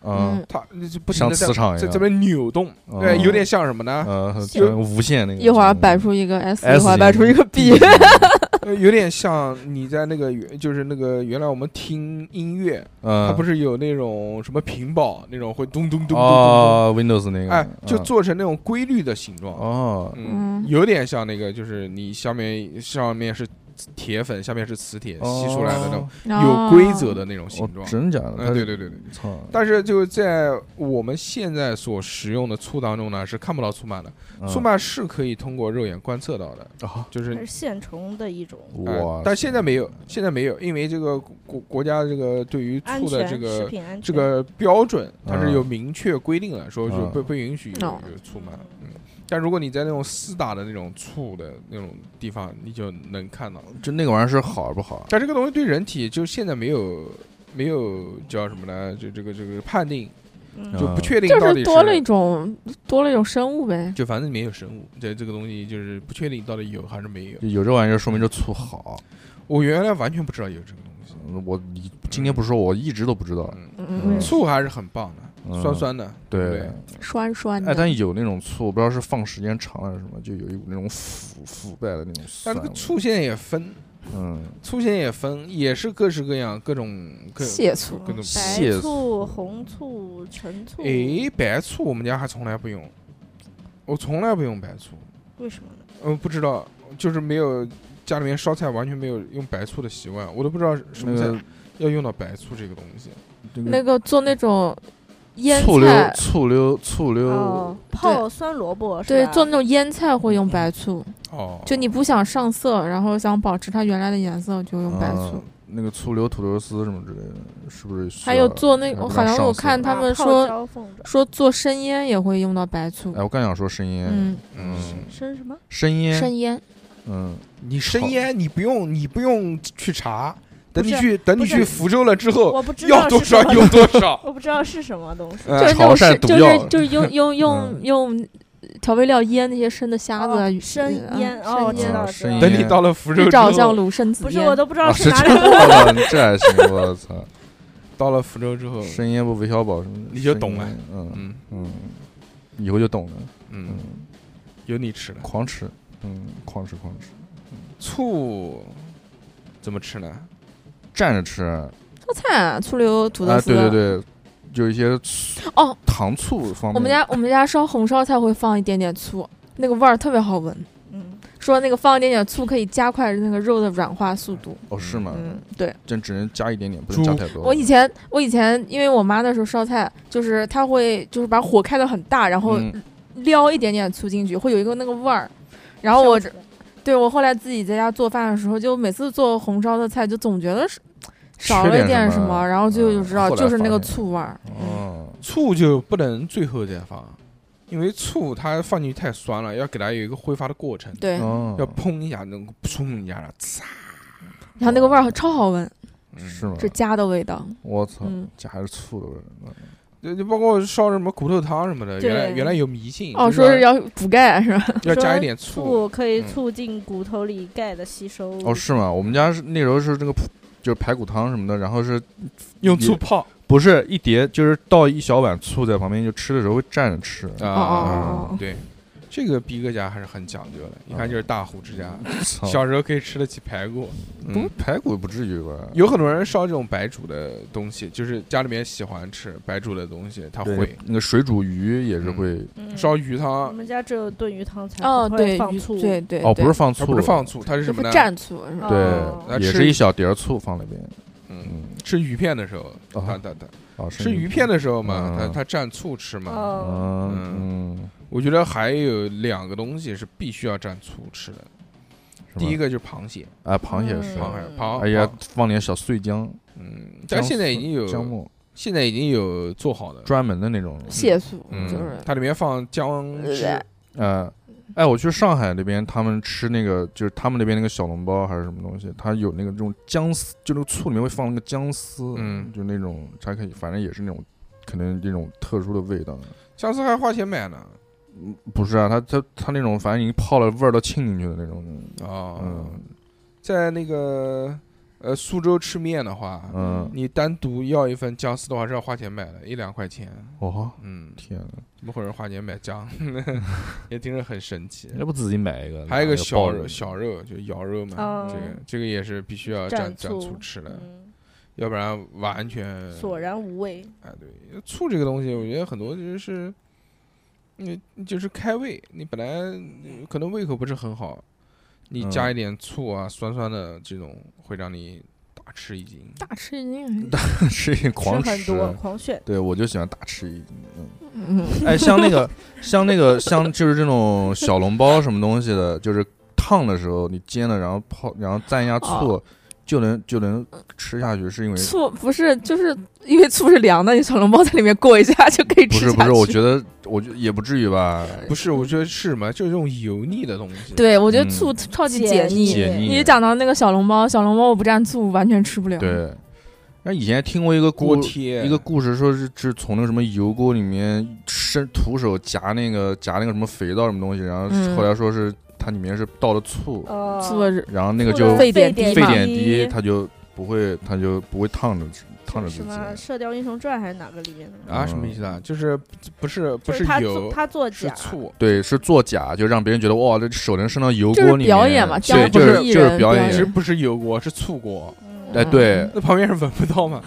啊，
嗯，
它就不停
像
的在
磁场一
在
样。
这边扭动，
哦
对，有点像什么呢？
呃，
就
就无限那个。
一会儿摆出一个 S，
S
一会儿摆出一个 B，
呃有点像你在那个原就是那个原来我们听音乐，
嗯，
它不是有那种什么屏保那种会咚咚咚咚咚
哦，Windows 那
咚，
个。
哎，就
嗯
做成那种规律的形状，
哦，
嗯，
嗯
有点像那个就是你下面上面是铁粉，下面是磁铁
哦
吸出来的那种有
哦
规则的那种形
哦
状。
真的假的？
嗯，对对对对。
对，操！
但是就在我们现在所食用的醋当中呢，是看不到醋鳗的。
嗯
醋鳗是可以通过肉眼观测到的，
啊，
就是
它是线虫的一种
哎
哇！
但现在没有，现在没有，因为这个国国家这个对于
安
醋的
全
这
食
个
品安全
这个标准，它是
嗯
有明确规定的，说就
嗯
不不允许有
哦
有醋鳗。嗯，但如果你在那种私打的那种醋的那种地方，你就能看到。
就那个玩意儿是好不好？
但这个东西对人体就现在没有没有叫什么呢？就这个这个判定
啊
嗯
就不确定
就
到底
是多了一
是。
种多了一种生物呗。
就反正里面有生物，这这个东西就是不确定到底有还是没有。
就有这玩意儿，说明这醋好。
我原来完全不知道有这个东西。
嗯我你今天不说，我一直都不知道。
嗯，
嗯
嗯，
醋还是很棒的，
嗯
酸酸的，对不
对
对，
酸酸
哎，
的。
但有那种醋，我不知道是放时间长了还是什么，就有一股那种腐腐败的那种
但
酸
这
味。
个醋现在也分，
嗯，
醋现在也分，也是各式各样，各种各。
蟹醋
各种
蟹
白醋、红醋、陈醋，
诶，白醋我们家还从来不用，我从来不用白醋，
为什么呢？
嗯，不知道，就是没有家里面烧菜完全没有用白醋的习惯，我都不知道什
那
么
个
菜要用到白醋这个东西。
这
那个做那种腌
嗯醋溜
菜，
醋溜醋溜
哦，泡酸萝卜是啊
对，
吧
做那种腌菜会用白醋，
哦，
就你不想上色，然后想保持它原来的颜色，就用白
啊
醋。
那个醋溜土豆丝什么之类的，是不是需要？
还有做那
还
个，我
不
好
让
像
上
我
色
看
把
他们
啊泡
说
椒凤爪
说做生腌也会用到白醋
哎，，我刚想说生腌，
嗯，
嗯，
生什么？
生腌，
生腌
嗯，
你生腌你不用，你不用去查，等你
不是
去等你
不是
去福州了之后，
我不知
哦要
道
多
是什
少
么
用
东西，
多 少。
我不知道是什么东西。
就
呃
是那
潮
种
汕嗯
生
毒
就是
药
就是用用用用调味料 腌那些生的虾子啊
哦
鱼，
生
嗯
腌
生
哦我
腌
知道
嗯
知
生
道
等
腌
你到了福州
日
之
照香
后，
炉生子
不是，我
腌，
都不知
啊，
道
是
是
这
哪
样
里。
的， 这还行，我操，
到了福州之后，
生腌不韦小宝什么的，
嗯你就懂了
生腌，嗯
嗯
嗯，以后就懂了，
嗯
嗯，，
有你吃的。
狂吃，嗯，狂吃狂吃，
醋怎么吃呢？
蘸着吃，
做菜啊醋溜土豆
啊，
丝。
对对对，有一些醋
哦，
糖醋方面，
我们家我们家烧红烧菜会放一点点醋，那个味儿特别好闻。
嗯，
说那个放一点点醋可以加快那个肉的软化速度。
哦是吗？
嗯，对
这只能加一点点，不能加太多。
我以前我以前因为我妈那时候烧菜，就是她会就是把火开的很大，然后
嗯
撩一点点醋进去，会有一个那个味儿。 然后我
笑死了
对我后来自己在家做饭的时候，就每次做红烧的菜，就总觉得是少
缺
了
点
一点
什
什
么
么，然后就
嗯
就知道
后来
就是
发
那个
现
醋味儿。
哦，
醋就不能最后再放，因为醋它放进去太酸了，要给它有一个挥发的过程，
对，
哦
要砰一下，能砰一下，呲
然后那个味儿超好闻，
嗯
是吗？
是家的味道。
我操，
嗯，
加的醋的味儿。
就就包括烧什么骨头汤什么的，
对
原来原来有迷信，
哦，
就
说是要补钙是吧？
要加
说
一点醋，
醋可以
嗯
促进骨头里钙的吸收。
嗯
哦，是吗？我们家是那时候是这个普，就是排骨汤什么的，然后是
用醋泡
不是一碟，就是倒一小碗醋在旁边，就吃的时候会蘸着吃。
啊
哦哦哦
对，这个逼哥家还是很讲究的，
嗯
一看就是大户之家，
操，
小时候可以吃得起排骨，嗯
不排骨不至于吧？
有很多人烧这种白煮的东西，就是家里面喜欢吃白煮的东西，他
对
啊会
那个水煮鱼也是会，
嗯
烧鱼
我
汤，
们家只有炖鱼汤才
哦，
不
对，
会
鱼
放醋。
对对，
哦，
对
不是放
它
醋，
不是放醋，它是
是
什
不
么呢？
蘸醋是吧？
哦
对，也
吃
是一小碟儿醋放那边。
嗯，
嗯，
吃鱼片的时候，
哦
他他他
哦，
吃鱼片的时候嘛，他
嗯
他蘸醋吃嘛。
哦，
嗯嗯，
我觉得还有两个东西是必须要蘸醋吃的，第一
个
个就是螃蟹，
啊，螃蟹是，
螃蟹
嗯
螃，
哎呀
螃，
放点小碎姜，
嗯，
姜
但现在已
丝
经
姜
有
末，
现在已经有做好的，
专门的那种，
蟹醋
嗯
就是，
它里面放姜汁，
呃，哎，我去上海那边，他们吃那个就是他们那边那个小笼包还是什么东西，它有那个这种姜丝，就那个醋里面会放那个姜丝，
嗯
就那种它可以，反正也是那种可能这种特殊的味道。
姜丝还花钱买呢。
不是啊，它它它那种反正已经泡了味儿都沁进去的那种，
哦
嗯，
在那个呃苏州吃面的话，
嗯，
你单独要一份姜丝的话是要花钱买的，一两块钱。
哦，
嗯，
天哪，
怎么会有人花钱买 姜？也听着很神奇。
要不自己买一个？
还有一个
拿
小
包
肉，
着
小肉就羊肉嘛，
哦
这个这个也是必须要蘸
蘸
蘸
醋
醋吃的，
嗯
要不然完
嗯
全
索然无味。
哎，对，醋这个东西，我觉得很多就是，
嗯
你就是开胃，你本来呃可能胃口不是很好，你
嗯
加一点醋啊，酸酸的这种会让你大吃一惊。
大吃一惊。
吃一狂啊
吃很
吃。
多，狂炫。
对，我就喜欢大吃一惊。嗯，
嗯，
哎，像那个，像那个，像就是这种小笼包什么东西的，就是烫的时候你煎了，然后泡，然后蘸一下醋，就能就能吃下去，是因为
醋不是就是因为醋是凉的，你小笼包在里面过一下就可以
不
吃
是
下去。
不是？我觉得我觉得也不至于吧。
不是，我觉得是什么？就是这种油腻的东西。，
对，我觉得
嗯
醋超级
解
解腻。
解腻
你讲到那个小笼包，小笼包我不蘸醋完全吃不了。，
对，那以前听过一个
锅
故
贴
一个故事，说是是从那个什么油锅里面伸徒手夹那个夹那个什么肥皂什么东西，然后
嗯
后来说是它里面是倒了醋，
呃，
醋是
然后那个
醋
就
的
沸
点
点低
沸
嘛
点低，它就不会它就不会烫着自烫着自
什么《
己。
射雕英雄传》还是哪个里面的？
啊，什么意思
嗯
啊？就是不是不
就是他做
油，
他做
是
假，
醋。
对，是作假，就让别人觉得哇，这手能伸到油
就
锅
是
里面。
表演嘛江
对，
湖
就是
艺
就是
人
表
表
其
对
实
演
不是油锅，是醋锅。
嗯
哎，对，
那旁边人闻不到吗？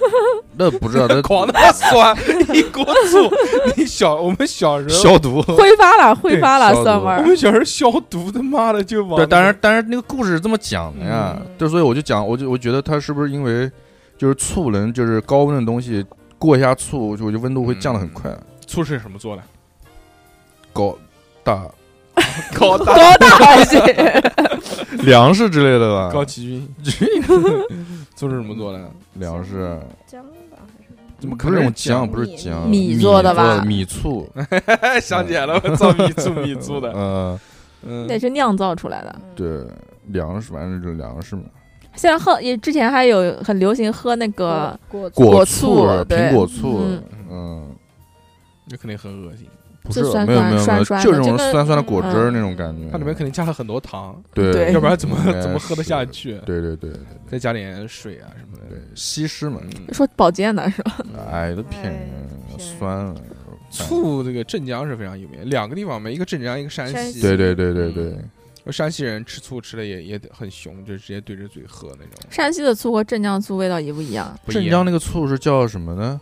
那不知道，那
狂他妈酸，一锅醋。你小我们小时候，
消毒。
嗯挥发了，挥
对
发了
消，毒
蒜味
我
儿。
们小时候消毒，他妈的就往
对，当然，当然，那个故事是这么讲的呀。
嗯
对，所以我就讲，我就我觉得它是不是因为就是醋能就是高温的东西过一下醋，就我觉得温度会降的很快。
醋是什么做的？
高大
高大
多大还 行？
粮食之类的吧，
高奇骏，醋是什么做的？
粮食
姜吧还是？
怎么可
不是
能
那种
酱
酱，不是酱，
米
米
米做的吧
米醋，
哎，想起来了，我操，米醋米醋的，
呃，
嗯
那，是酿造出来的。
嗯，
对，粮食，反正就是粮食嘛，
现在喝也之前还有很流行喝那个，
果哦
果
醋啊
醋，对
苹果醋
嗯，
嗯，
那肯定很恶心，
不是
就，酸
没有没
酸
有没
酸
有，
酸
就
的
这种
这个
酸酸的果汁儿
嗯
那种感觉，
它里面肯定加了很多糖，
对，
对
要不然怎么
应该
怎么喝得下
是？
去？
对对对对
再加点水啊什么的
对，西施嘛，
嗯。
说保健的是吧？
哎，都骗人，
嗯哎骗人
酸了。
醋这个镇江是非常有名，两个地方嘛，一个镇江，一个山
山
西。
西
对对对对对，
嗯山西人吃醋吃的也也很凶，就直接对着嘴喝那种。
山西的醋和镇江醋味道也不一样，
不一
镇
样
江那个醋是叫什么呢？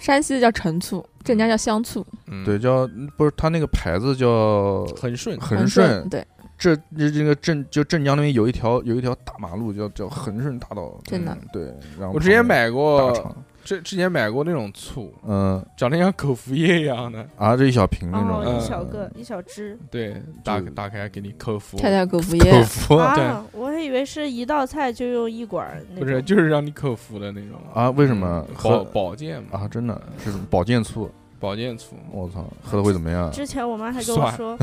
山西的叫陈醋，镇江叫香醋，
嗯
对，叫不是它那个牌子叫
很顺，
恒
顺
顺。
对，
这这这个镇就镇江那边有一条有一条大马路叫叫恒顺大道，
真的
嗯对。然后
我之前
旁边
买
大
过，
厂，
之之前买过那种醋，
嗯
长得像口服液一样的，
啊，这一小瓶那种嗯
哦，
的，
一小个一小支
对，打
就
打开给你口服，
太太口服
口
液。
服
对
啊！我还以为是一道菜就用一管儿那
不是
种
就是让你口服的那种。
啊？为什么
保
喝
保健嘛，
啊？真的是保健醋，
保健醋，
我操，喝了会怎么样？
之前我妈还跟我
酸
说，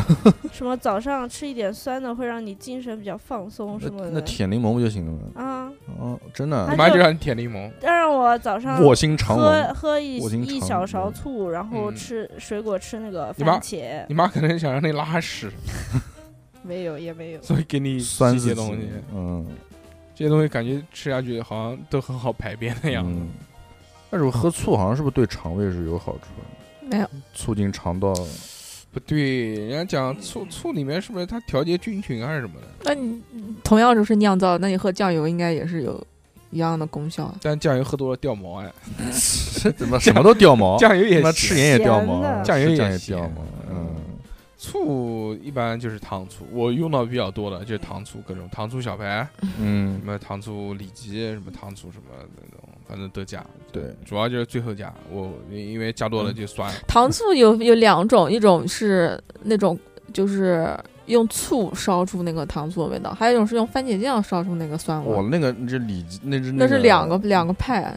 什么早上吃一点酸的会让你精神比较放松什么
那
的
舔柠檬不就行了吗？
啊。
哦，真的
你
它，
妈
就
就让你舔柠檬，
但是我早上
卧薪尝
喝
砭，
喝一
我已经
一
尝
小
过
勺
了
醋，然后
嗯
吃水果吃那个
你妈
番茄
你，妈可能想让你拉屎，
没有也没有。
所以给你
酸
这
自
些
己
东西。，
嗯，
这些东西感觉吃下去好像都很好排便那样。
嗯。但是我喝醋好像是不是对肠胃是有好处的，
没有，
促进肠道
不对，人家讲醋醋里面是不是它调节菌群还是什么的？
那你同样都是酿造，那你喝酱油应该也是有一样的功效。
但酱油喝多了掉毛哎，
怎么什么都掉毛？
酱油也
他哦妈
咸
吃盐也掉毛
咸，的
酱油
吃
也
酱也
咸
掉毛，嗯，
醋一般就是糖醋，我用到比较多的就是糖醋，各种糖醋小排，什
嗯，
么糖醋里脊，什么糖醋什么那种，反正都加。
对，
主要就是最后加，我因为加多了就酸了。
糖醋有有两种，一种是那种就是用醋烧出那个糖醋的味道，还有一种是用番茄酱烧出那个酸味
我
儿。
那个这里脊那是
那
个嗯
是两个两个派，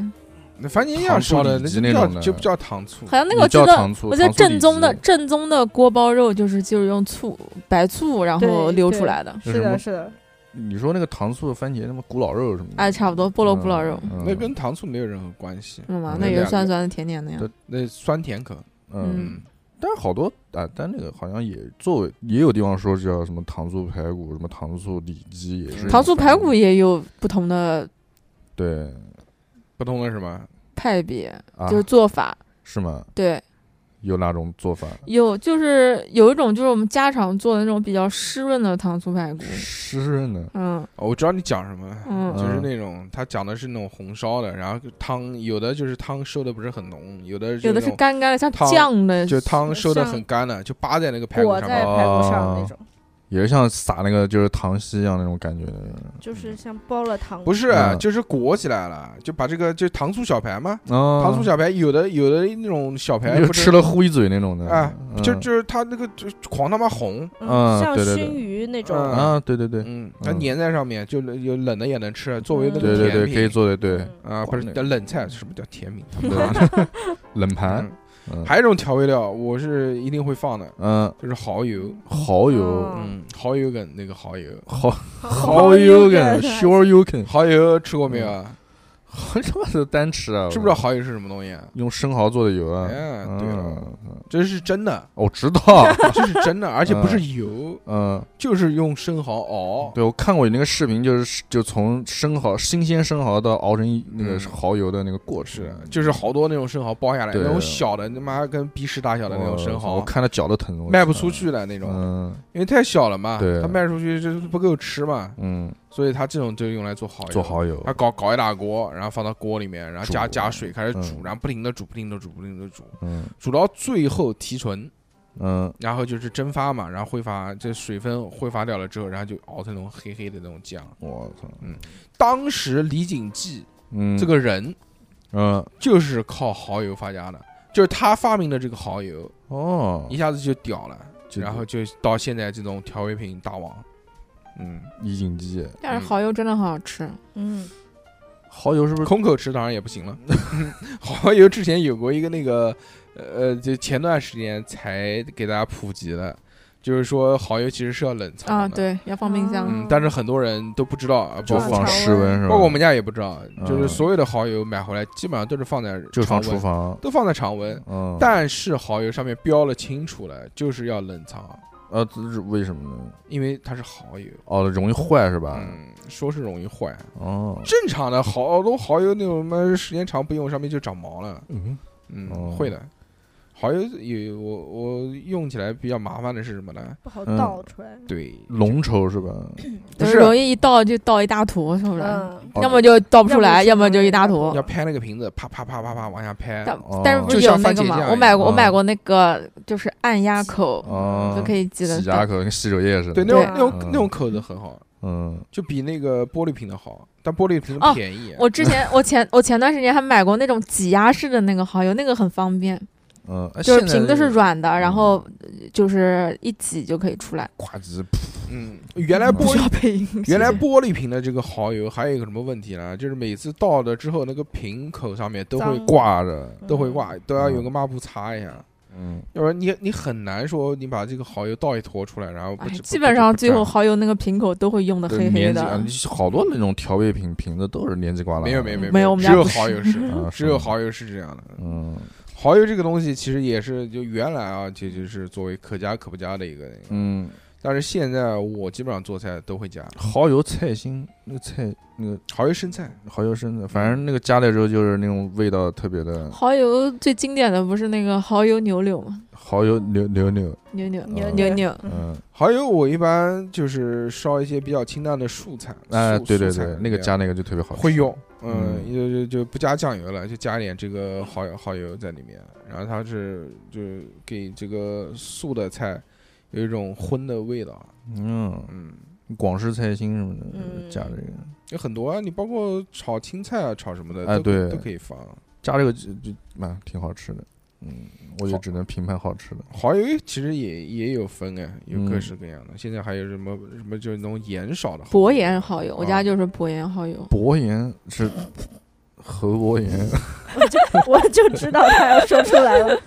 那番茄
糖
酱
醋
烧的
里
那
脊
就
那
不叫
种的
就不叫糖醋，
好像那个
你
我记
叫
得
糖醋
我记得
糖醋里
正宗的
脊
正宗的锅包肉就是就是用醋白醋然后
对
溜出
对
来的，
是
是
什么
的，是的，
你说那个糖醋番茄，他妈古老肉什么的，
哎，差不多菠萝咕老肉，
嗯
那跟糖醋没有任何关系，
是吗
嗯？
那
那
也
两
是
个
酸酸的甜甜的呀
对。
那酸甜口。
嗯，
嗯，
但是好多啊，但那个好像也作为也有地方说叫什么糖醋排骨，什么糖醋里脊也是
糖醋排骨
也
也有不同的
对
不同的什么？
派别，
啊，
就是做法。
是吗？
对，
有哪种做法？
有就是有一种就是我们家常做的那种比较湿润的糖醋排骨，
湿润的，
嗯
哦我知道你讲什么。
嗯
就是
嗯
那种，他讲的是那种红烧的，然后汤有的就是汤收的不是很浓，有的
有的
那
是
种
干干的像
汤
酱的，
就汤收的
像
很干的，就扒在那个排骨
裹
上
在
面。
排骨上那
哦
种，
也是像撒那个就是糖稀一样那种感觉的。
就是像包了糖，
嗯不是，
嗯
就是裹起来了，就把这个就是糖醋小排嘛，
啊，
糖醋小排有的有的那种小排
就
哦不是
吃了呼一嘴那种的。
哎
嗯
就就是它那个就狂他妈红，
嗯
嗯，像
对对对
熏鱼那种，
嗯
啊，对对对，
嗯，它
嗯
粘在上面，就有冷的也能吃，作为
嗯
那个
对对
甜
对，
品
可以做的对，
嗯
啊，不
管
是
那
叫冷菜，什么叫甜品？
对冷盘
嗯，
嗯
还有一种调味料，我是一定会放的，
嗯，
就是蚝油，
蚝油，
嗯
嗯，蚝油梗那个蚝油，
蚝蚝
蚝
油
油梗
梗 ，sure you can，
蚝油吃过没有
嗯
啊？
好他妈的单吃啊，
知不知道蚝油是什么东西啊？
用生蚝做的油啊？
哎，对了，
嗯，嗯
这是真的，
我 知道，
这是真的，而且不是油，
嗯，
就是用生蚝熬。
对我看过你那个视频，就是就从生蚝新鲜生蚝到熬成一那个
嗯
蚝油的那个过程，
是的，就是好多那种生蚝包下来，
嗯对
那种小的，他妈跟鼻屎大小的那种生
哦我
蚝，
看了脚都疼，我
卖不出
操，
去了那种，
嗯
因为太小了嘛，
对
它卖出去就是不够吃嘛，
嗯，
所以它这种就用来做蚝油。
做蚝油
他，搞搞一大锅，然后放到锅里面，然后加
煮
加水开始煮，
嗯
然后不停的煮，不停的煮，不停的煮，
嗯
煮到最后提纯，
嗯
然后就是蒸发嘛，然后挥发这水分挥发掉了之后，然后就熬成那种黑黑的那种酱。
我操，
当时李锦记
嗯，
这个人
嗯
就是靠蚝油发家的，就是他发明的这个蚝油，
哦
一，下子就屌了，
就
然后就到现在这种调味品大王。嗯，
一斤鸡，
但是蚝油真的很好吃，
嗯，
蚝油是不是？
空口吃当然也不 行了。蚝油之前有过一个那个，呃，就前段时间才给大家普及的，就是说蚝油其实是要冷藏的。
啊，。对，要放冰箱。
嗯，但是很多人都不知道，啊，包
就
啊
括
常
放室温
温
是吧？
包括我们家也不知道，就是
嗯
所有的蚝油买回来基本上都是放在
就放
常
厨
温，
房，
都放在常温。
嗯，
但是蚝油上面标了清楚了，就是要冷藏，
呃，这是为什么呢？
因为它是蚝油，
哦，容易坏是吧？
嗯，说是容易坏，
哦，
正常的好多蚝油那种什么时间长不用，上面就长毛了。
嗯，哦
嗯，会的。蚝油有我我用起来比较麻烦的是什么呢？
不好
嗯
倒出来，
对，
浓稠是吧？
不
就是容易一倒就倒一大坨，是不是？
嗯，
哦
要么就倒不出来，
要
要
么
么
就
就一大坨
要。拍那个瓶子，啪啪啪啪啪往下拍。
但
哦
但是不
就是像
有那
番
个
茄
嘛？
酱
我买过，
一
我
样
买过那个，就是按压口
哦，
就可以挤得
挤
到
牙。口跟吸油液似的。
对，那
对
种那种
嗯
那种口子很好，
嗯，
就比那个玻璃瓶的好，但玻璃瓶
哦
便宜。啊
我之前，我前我前段时间还买过那种挤压式的那个蚝油，那个很方便，
嗯，哎
就是
现在
瓶子
这
是
个
软的，然后呃就是一挤就可以出来，
挂机，
嗯，原来
不
玻
需
璃
要配音。
原来玻璃瓶的这个蚝油还有一个什么问题呢？就是每次倒了之后，那个瓶口上面都会
脏
挂着，都会
嗯
挂，都要有个抹布擦一下，
嗯，
要不然你你很难说你把这个蚝油倒一坨出来，然后不
哎
止不
基
不
本
不
上
不
最
沾
后蚝油那个瓶口都会用的
都
黑黑
粘起啊
的，
你好多那种调味品瓶子都是粘起瓜啦。
没有没有没有
没有我们
只
家
有
不是
蚝 油是
啊，是
只有
吗
蚝油是这样的。
嗯
蚝油这个东西其实也是就原来啊，就就是作为可加可不加的一个那个，
嗯，
但是现在我基本上做菜都会加
蚝油菜心那个菜那个
蚝油生菜，
蚝油生的，反正那个加了之后就是那种味道特别的
蚝油最经典的不是那个蚝油牛柳吗？
蚝油
嗯
牛牛牛，
牛柳
牛
牛
柳
柳，
嗯，
蚝油我一般就是烧一些比较清淡的蔬菜，
哎，
素
对对
素菜啊
对，那个
这
加
样
那个就特别好吃，
会用，嗯，就就就不加酱油了，就加点这个蚝油蚝油在里面，然后它是就是给这个素的菜有一种荤的味道，
嗯，
嗯。
广式菜心什么的，
嗯
加这个，
有很多啊，你包括炒青菜啊、炒什么的，
哎
都可以
对
都可以放。
加这个就就蛮挺好吃的，嗯，我就
好
只能评判好吃的，
蚝油其实也也有分哎，有各
嗯
式各样的。现在还有什么什么就是那种盐少的蚝油
薄盐蚝油，我
啊
家就是薄盐蚝油。
薄盐是侯薄盐，
我就知道他要说出来了，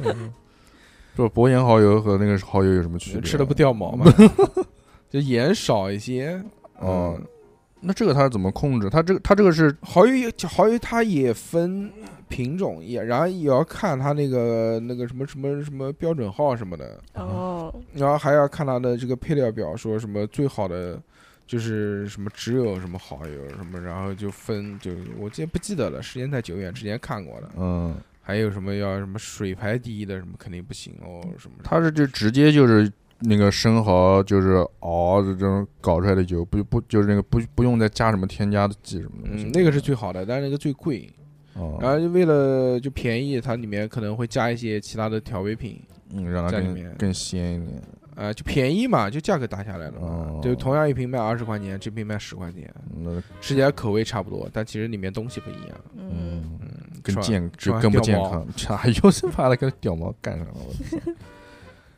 不是薄盐蚝油和那个蚝油有什么区别？啊
吃的不掉毛 嘛，就盐少一些。
哦
嗯，
那这个它是怎么控制？它这个它这个是
蚝油也蚝油它也分品种，也然后也要看它那个那个什么什么什么标准号什么的，
哦，
然后还要看它的这个配料表，说什么最好的就是什么只有什么蚝油什么，然后就分就我记得不记得了，时间太久远，之前看过的。
嗯，
还有什么要什么水排第一的什么肯定不行哦，什么的
它是就直接就是那个生蚝就是熬这种搞出来的油，不不就是那个不不用再加什么添加的剂什么东西
嗯，那个是最好的，但是那个最贵。
哦，
然后就为了就便宜，它里面可能会加一些其他的调味品。
嗯，让它
在里
更
面
更鲜一点。
啊、就便宜嘛，就价格打下来了嘛
哦，
就同样一瓶卖二十块钱，这瓶卖十块钱，
那
吃起来口味差不多，但其实里面东西不一样，
嗯，
嗯，
嗯，
更
爽
健
吃
就
完
更不
掉
健
毛
康，哎呦，这妈的跟屌毛干上了，我操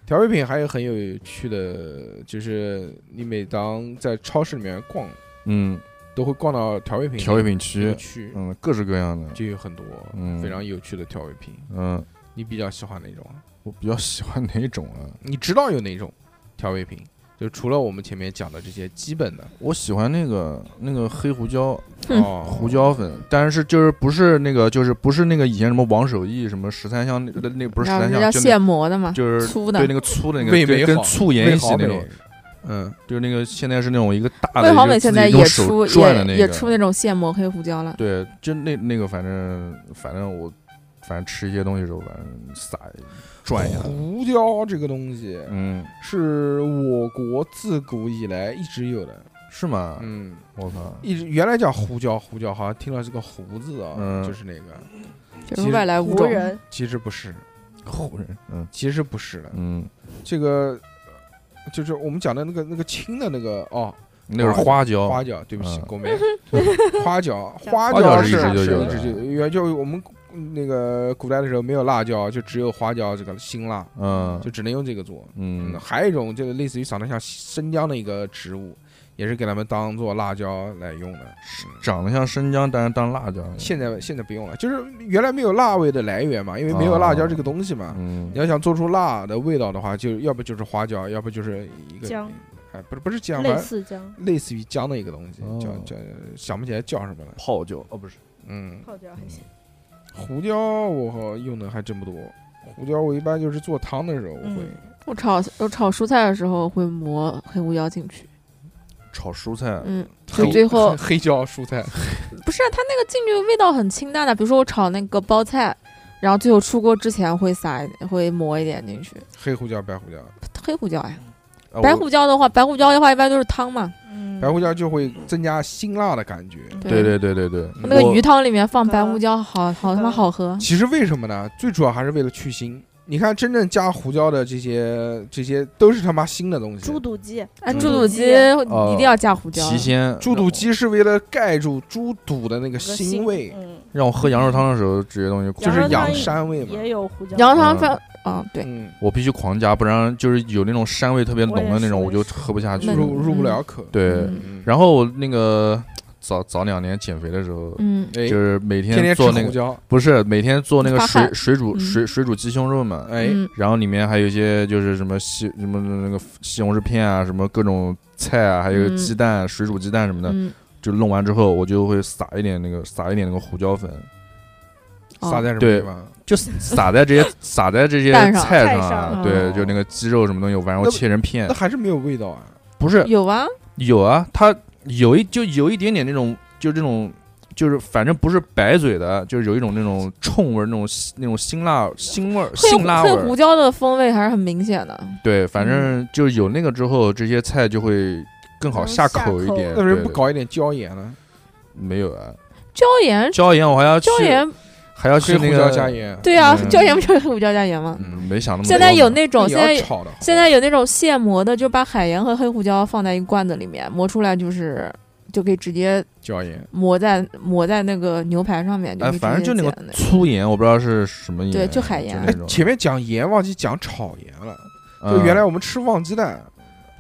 调味品还有很有趣的，就是你每当在超市里面逛，
嗯，
都会逛到调味品
调味品
那个
区，
区，
嗯，各式各样的，
就有很多
嗯
非常有趣的调味品。
嗯，
你比较喜欢哪种啊？
我比较喜欢哪种啊？
你知道有哪种调味品？就除了我们前面讲的这些基本的
我喜欢那个那个黑胡椒
嗯
哦，
胡椒粉，但是就是不是那个就是不是那个以前什么王守义什么十三香那那那不是
然
十
后
三
人家
香，就
现磨的嘛
那，就是
粗的
对那个粗的那
味
个，
美
跟跟
好
醋
味
盐一起
好
那
美
种，
嗯，
就是那个现在是那种一个大的，
魏好美
就是
现
自己
在
用
也
手
出
转的那
也也
个
出那种现磨黑胡椒了，
对，就那那个，反正反正我，反正吃一些东西的时候，反正撒转一下，
胡椒这个东西
嗯，
是我国自古以来一直有的，
是吗？
嗯，
我操，
一直原来叫胡椒，胡椒好像听到是个胡字啊，
嗯
就是那个，
就是外来物
湖
种。
人
其实不是，
唬人，嗯
其实不是的，
嗯，
这个呃就是我们讲的那个那个青的那个哦，
那会儿花椒，
花椒，对不起
嗯，
狗妹，花椒，花
花椒
是
是一直
是
就有
一直
的
就原就我们那个古代的时候没有辣椒，就只有花椒这个辛辣，
嗯
就只能用这个做。嗯，
嗯
还有一种就类似于长得像生姜的一个植物，也是给他们当做辣椒来用的。嗯
长得像生姜，但是当辣椒，
现在现在不用了，就是原来没有辣味的来源嘛，因为没有辣椒这个东西嘛。
嗯
你要想做出辣的味道的话，就要不就是花椒，要不就是一个
姜，
哎，不是不是姜，
类
反正
似姜
类似于姜的一个东西，
哦
叫叫想不起来叫什么了。
泡椒哦不是，
嗯，
泡椒还行。
胡椒我用的还真不多，胡椒我一般就是做汤的时候我会，
嗯
我炒我炒蔬菜的时候会磨黑胡椒进去，
炒蔬菜，
嗯，
黑
就最后
黑黑椒蔬菜，
不是啊它那个进去的味道很清淡的，比如说我炒那个包菜，然后最后出锅之前会撒一点，会磨一点进去，
黑胡椒、白胡椒，
黑胡椒呀，
啊
白
我
胡椒的话，白胡椒的话一般都是汤嘛，
嗯，
白胡椒就会增加辛辣的感觉。
对对对对对，
那个
我
鱼汤里面放白
嗯
胡椒，好好他妈好喝。
其实为什么呢？最主要还是为了去腥。你看，真正加胡椒的这些，这些都是他妈腥的东西
猪。肚鸡，
哎，
嗯
猪肚鸡
哦
一定要加胡椒，
提鲜，
猪肚鸡是为了盖住猪肚的那个腥味，
嗯，
让我喝羊肉汤的时候，这些东西
就
就是是
养
养
汤
生，
膻味嘛。
也有胡椒，
羊肉汤
嗯
放，啊，对，
嗯，
我必须狂加，不然就是有那种膻味特别浓
我
的
也
那
是
种，我
我也
就是喝不下去
那。
入入
嗯
不了口。
对，
嗯
嗯，
然后我那个早早两年减肥的时候，
嗯，
哎
就是每
天天吃
做那
胡
个
椒，
不是每天做那个
发
水
汗
水煮
嗯
水水煮鸡胸肉嘛，
哎，
嗯
然后里面还有一些就是什么西什么那个西红柿片啊，什么各种菜啊，还有
嗯
鸡蛋水煮鸡蛋什么的，
嗯，
就弄完之后我就会撒一点那个撒一点那个胡椒粉，
哦
撒在什么
对
地方？
就撒在这些撒在这些
蛋上
菜
菜
啊，
上
对
哦，
就那个鸡肉什么东西，我反正我
那
切成片
那，还是没有味道啊。
不是
有啊，
有啊，它有一就有一点点那种，就这种，就是反正不是白嘴的，就是有一种那种冲味儿，那种那种辛辣辛味儿，
黑
辛辣味
黑胡
儿。
椒的风味还是很明显的。
对，反正就有那个之后，这些菜就会更好
能
下
下
口一
口
点。
那为什么
哎对
不？搞一点椒盐呢？
没有啊，
椒盐，
椒盐我还要去
椒，盐，
还要
黑
去
胡
啊那
椒
个
加。盐，
对啊，
嗯
椒盐不就是黑胡椒加盐吗？
嗯，哎没想那么多。
现在有那种
也
现在
要炒的。
现在有那种现磨的，就把海盐和黑胡椒放在一个罐子里面磨出来，就是就可以直接
椒盐，
磨在磨在那个牛排上面，就
哎，
可以直接
反正就那
剪
个粗盐，我不知道是什么盐，
对就海盐
那
哎，
种。
前面讲盐忘记讲炒盐了。
嗯
就原来我们吃旺鸡蛋，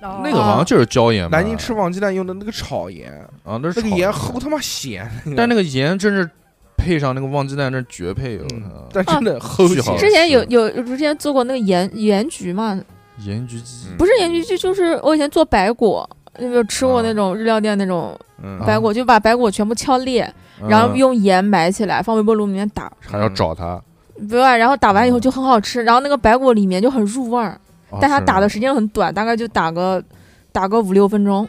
那
那
个好像就是椒盐吧，
南京吃旺鸡蛋用的那个炒盐，
啊，那是
那个
炒
盐
的
齁他妈咸，
但那个盐真是配上那个旺鸡蛋，那是绝配哦。
嗯
我操
但真的齁
巨
咸。
好
之前有
是
有有之前做过那个盐盐焗嘛，
盐焗鸡
不是盐焗鸡，就是我以前做白果。有没有吃过
啊
那种日料店那种
嗯
啊
白果？就把白果全部敲裂，然后
嗯
用盐埋起来，放微波炉里面打，
还要找它，
不要，然后打完以后
嗯
就很好吃，然后那个白果里面就很入味儿，
啊
嗯
哦
但它打的
是
时间很短，大概就打个打个五六分钟，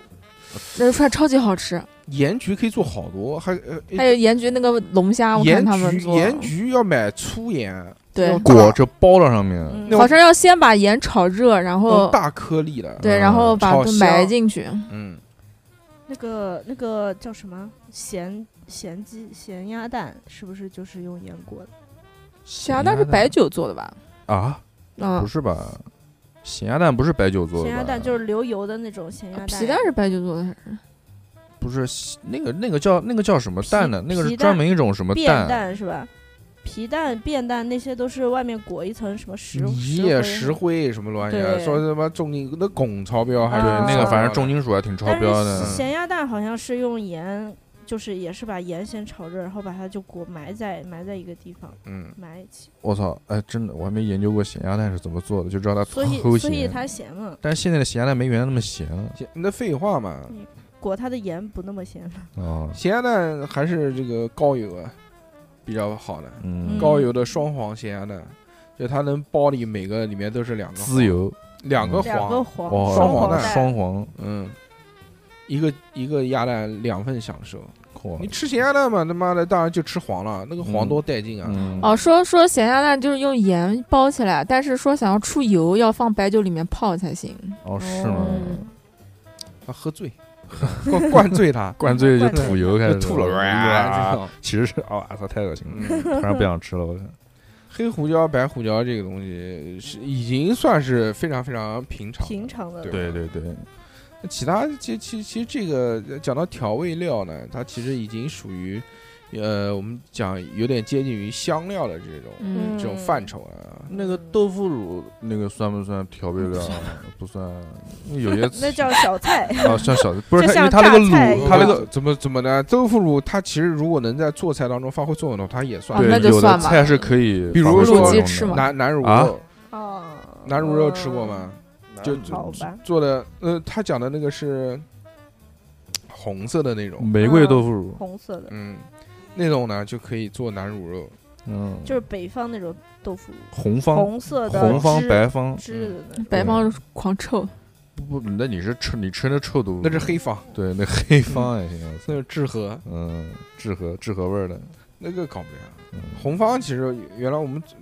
那出来超级好吃。
盐焗可以做好多，还呃
还有盐焗那个龙啊虾，我看
盐
他们
焗
做，
盐焗要买粗盐，
对
要，
吗裹着包到上面，
嗯
那种
好像要先把盐炒热，然
那种
后
哦大颗粒的，
哦对，
嗯
然后把
炒
它
香
埋进去。
嗯，
那个那个叫什么咸咸鸡咸鸭蛋，是不是就是用盐过的？
咸鸭蛋是白酒做的吧？
啊？
嗯
不，是吧？咸鸭蛋不是白酒做的吧，
咸鸭蛋就是流油的那种咸啊鸭蛋，
皮蛋是白酒做的，
嗯
不是西那个那个叫那个叫什么
皮
蛋呢？那个
皮
是
蛋
专门一种什么啊
变蛋是吧？皮蛋、变蛋那些都是外面裹一层什么石
泥也石
石灰，
灰什么乱七八糟，
对
说他妈重金那汞超标还是
哎对，
啊
那个反正重
金
金属还挺超
但
标
是
的。嗯啊
咸鸭蛋好像是用盐，就是也是把盐先炒热，然后把它就裹埋在埋在一个地方
嗯，
埋起，
我操，哎，真的，我还没研究过咸鸭蛋是怎么做的，就知道它
所以
齁
所以
咸。
它咸嘛，
但是现在的咸鸭蛋没原来那么咸啊了
咸那废话嘛，
裹它的盐不那么咸了。
啊，
咸鸭蛋还是这个高油啊比较好的，
嗯，
高油的双黄咸鸭蛋，就它能包里每个里面都是两个
滋油
两个
嗯两个
黄，
黄
哇，
双
黄
黄蛋
蛋，
双黄，
嗯，一个一个鸭蛋两份享受。
嚯
你吃咸鸭蛋嘛，他妈的当然就吃黄了，那个黄
嗯
多带劲啊！
嗯，
哦，说说咸鸭蛋就是用盐包起来，但是说想要出油，要放白酒里面泡才行。
哦是吗？
嗯
他喝 醉，灌灌醉他，
灌醉就
灌醉
吐油开
就
始
吐了，
哇
这种
其实是哦啊操，太恶心了，
嗯
突然不想吃了，我
黑胡椒、白胡椒这个东西是已经算是非常非常平常的。
平常的
对
对对对，
那其他其其其实这个呃讲到调味料呢，它其实已经属于，呃，我们讲有点接近于香料的这种、
嗯
这种范畴了。啊
那个豆腐乳那个算不算调味料？啊不算，有些
嗯 那叫小菜，
哦像小不是
就
它，因为
像
它那个
榨菜一
卤，
样
它
它
那
那
个
个怎么怎么呢？豆腐乳它其实如果能在做菜当中发挥作用的话，它也算
哦
对，
那就
有的
算吧
菜是可以
嗯
比如
发挥
说
作用
鸡翅
的
嘛
南南乳
啊
肉，
哦，
南乳肉吃过吗？就
就
好吧，
做的呃，他讲的那个是红色的那种，
玫
嗯
瑰豆腐乳，
红色的，
嗯，那种呢就可以做南乳肉，
嗯，
就是北方那种豆腐乳，
红方、
红色的
红方、
汁
白方，
汁的那种。
白方狂臭，
不不，那你是吃你吃的臭豆腐，
那是黑方，
对，那
嗯
黑方也行，
那是制和，
嗯，治和治和味儿的，
那个搞不了。
嗯
红方其实原来我们最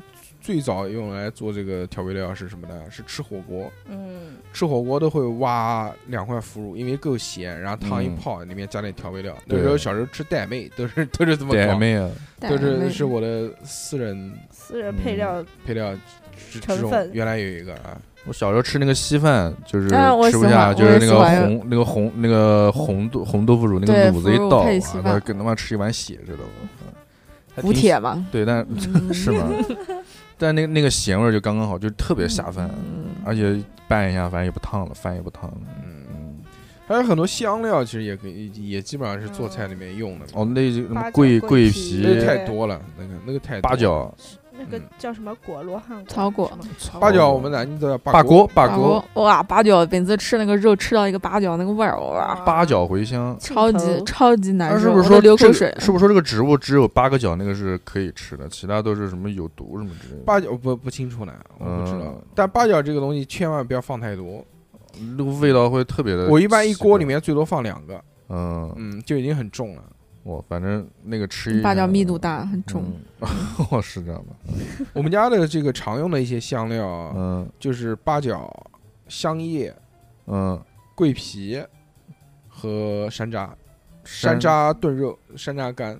最早用来做这个调味料是什么呢？是吃火锅，
嗯，
吃火锅都会挖两块腐乳，因为够咸，然后汤一
嗯
泡，里面加点调味料。
对
那时候小时候吃傣妹都是 都是这么
姐
搞，
妹啊，
都
但
是是我的私人
私人配料
配料之之
成
中
分，
原来有一个啊，
我小时候吃那个稀饭，就是
啊我
吃不
喜
下，
欢
就
我
是
也
那
喜
个
欢
红那个红那个红豆红豆腐乳那个
对
卤子一
腐乳
倒，
配稀
哇
饭
那跟他妈吃一碗血似的，我操
补铁。嘛
还挺，对，但是吗？但那个那个咸味儿就刚刚好，就特别下饭，
嗯
而且拌一下，反正也不烫了，饭也不烫了。
嗯，
嗯，
还有很多香料，其实也可以，也基本上是做菜里面用的嘛。
哦，那什么
八角
桂
桂
皮
皮、
那个太多了，那个那个太多
八角、
那个
嗯
叫什么果罗汉
草果
是吗
八角，我们南京都叫
八
锅
锅、八
八
锅、
角哇，八角，每次吃那个肉吃到一个八角那个味儿，哇，
啊
八角茴香。
超级
头
超级难
那
受，
啊是
嗯我
不是
都
说
流
这
口
个
水？
是不是说这个植物只有八个角那个是可以吃的，其他都是什么有毒什么之类的？
八角不不清楚呢，我不知道。
嗯
但八角这个东西千万不要放太多，
那个味道会特别的。
我一般一锅里，面最多放两个，
呃嗯，
嗯，就已经很重了。
我反正那个吃一
八角密度大，很重。
嗯， 哦，是这样吧？
我们家的这个常用的一些香料啊，
嗯
就是八角、香叶、
嗯，
桂皮和山楂，山
楂
楂炖肉、山楂干，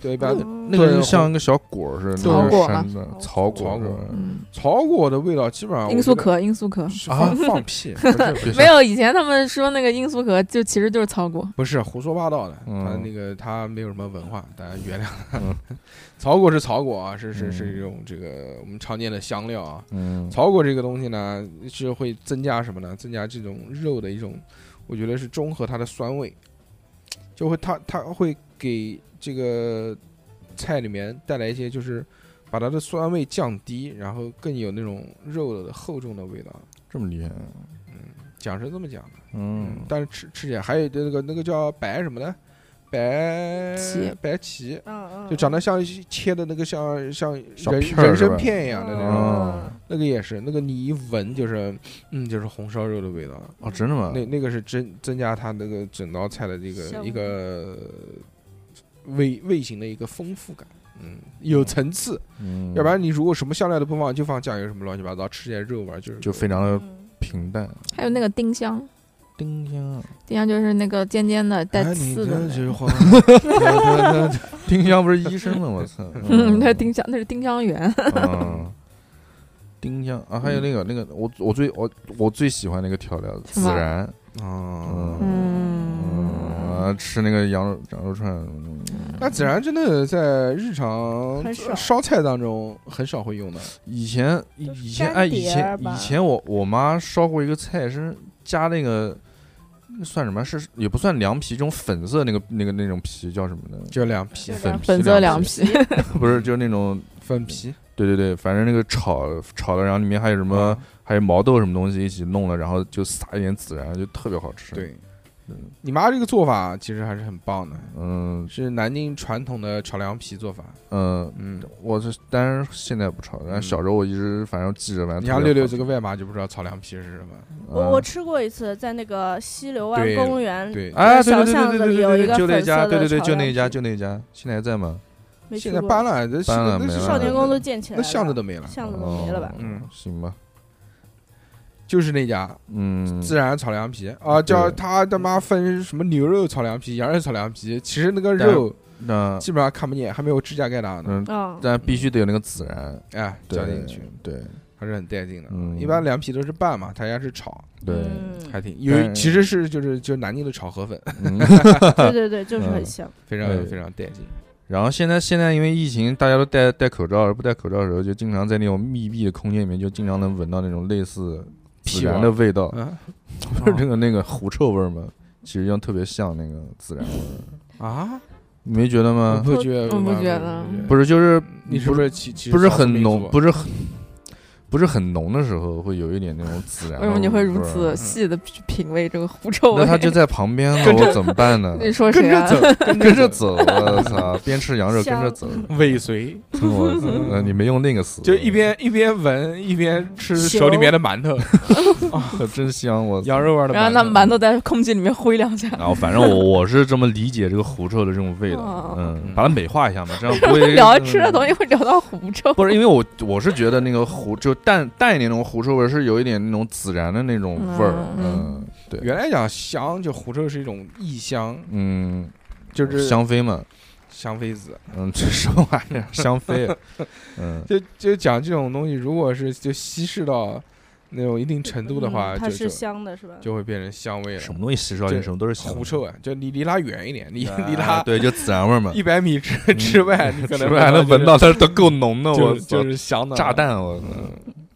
对，一般的。
那个就像一个小果儿似的，
对
那
草
个
果
山楂草果是吧，
嗯，
草果的味道基
啊
本上我
罂粟
觉得
壳，罂粟壳。
是放放屁，不是
别
没
瞎
有，以前他们说那个罂粟壳就其实就是草果，
不是胡说八道的，
嗯
他那个他没有什么文化，大家原谅他。 草果是草果啊，是是是
嗯
一种这个我们常见的香料啊。
嗯，
草果这个东西呢，是会增加什么呢？增加这种肉的一种，我觉得是中和它的酸味，就会它它会给这个菜里面带来一些，就是把它的酸味降低，然后更有那种肉的厚重的味道。
这么厉害，
讲是这么讲的。嗯
嗯，，
但是吃吃起来还有那个那个叫白什么呢？白
棋
白棋，
嗯嗯，
就长得像切的那个像像
小
人
片儿
人
是吧
参片一样的那
嗯
种，那个也是，那个你一闻就是，嗯，就是红烧肉的味道。
哦，真的吗？
那那个是增增加它那个整道菜的这个
香
一个味味型的一个丰富感，嗯，有层次。
嗯，
要不然你如果什么香料都不放，就放酱油什么乱七八糟，吃起来肉味儿就是
就非常
嗯
呃
的平淡。
还有那个丁香，
丁香，
丁香就是那个尖尖的
哎
带刺的那个。
花，
丁香不是医生吗？我操！
嗯 嗯，那是丁香，那是丁香园。
嗯，丁香啊，还有那个那个，我我最我我最喜欢那个调料
什
孜
么
然，
哦，
嗯，
嗯，吃那个羊肉羊肉串，嗯
那孜然真的在日常
很少
烧菜当中很少会用的，
以前以
都是
以前
干
哎，以
碟儿
前
吧
以前我我妈烧过一个菜是加那个那算什么？是也不算凉皮，这种粉色那个那个那种皮叫 什么呢？
就两皮
就
粉
凉
粉色凉
凉
皮，
不是，就是那种
粉皮
对对对，反正那个炒炒的，然后里面还有什
什
么还有毛豆什么东西一起弄了，然后就撒一点孜然，就特别好吃。，
对
嗯，
你妈这个做法其实还是很棒的，
嗯
是南京传统的炒凉皮做法。
嗯，
嗯，
我是但是现在不炒，但
嗯
是小时候我一直反正记着，反正
你
特
像
别
六六
好
这个外码就不知道炒凉皮是什么。
我我
嗯
吃过一次，在那个西流
啊对
湾公园，
对，
哎，对
小
对对
巷
对
子
对
里
对
有
对
一
对，
个
就那
粉
家，
色
对
的
对对，
炒
就那
凉
家，
皮
就那家，现在还在吗？
没
现
吃
在
过
搬了，这
搬了
那
没
是
了
少年宫都建起来
那
了，
巷子都没了。
巷子都没了吧？
嗯
哦行吧，
就是那家
嗯，
孜然炒凉皮啊，叫
对
他他妈分什么牛肉炒凉皮、羊肉炒凉皮，其实那个
但
肉
那
基本上看不见，还没有指甲盖大呢。
嗯，
嗯，
但必须得有那个孜然，
哎，
对
加进去
对
还是很带劲的。
嗯
一般凉皮都是拌嘛，他家是炒，
对，
嗯
还挺有，
但
其实是就是就是南京的炒河粉，
嗯
对对对，就是很
嗯
香。
非常
对
非常带劲。
然后现在现在因为疫情，大家都戴戴口罩，不戴口罩的时候，就经常在那种密闭的空间里面，就经常能闻到那种类似孜
屁
然
味
的味道，
啊
不是那个那个狐臭味儿吗？其实就特别像那个孜然味儿，
啊！
你没觉得
我
吗？
不觉得，
我不觉得
嗯不是，就是
你是
不
不是其其实
不是
少数
很
民
浓，
族啊
不是很不是很浓的时候，会有一点那种孜然。
为什么你会如
味
此
儿？
细的去品味这个狐臭味？
嗯那他就在旁边呢，我怎么办呢？
你说谁啊？
跟着走，我操！ 边吃羊肉跟着走，
尾随，嗯
我操！呃你没用那个词，
就一边一边闻一边 吃
行
手里面的馒头，
真香，我操。
羊肉味儿的。
然后那馒，
嗯
头在空气里面挥两下，
然后反正我我是这么理解这个狐臭的这种味道
哦，
嗯，把它美化一下嘛，这样不会
聊吃的东西会聊到狐臭。
不是，因为我我是觉得那个狐就淡淡一点那种狐臭味儿是有一点那种孜然的那种味儿，
嗯
嗯，对，
原来讲香，就狐臭是一种异香，
嗯，
就是
香妃嘛，
香妃子。
嗯，这什么玩意 儿？香妃，嗯，
就就讲这种东西，如果是就稀释到那种一定程度的话，
嗯它
就是就
香的，是吧？
就会变成香味了。
嗯什么东西吸收进去什么都是香
狐臭啊，就你离它远一点，你
啊
离它
对，就孜然味儿嘛，
一百米之之外， 你可能
是不是还能闻
到
到？它都够浓的，
就是，
我
就是
操
就是香的
炸。弹，我操，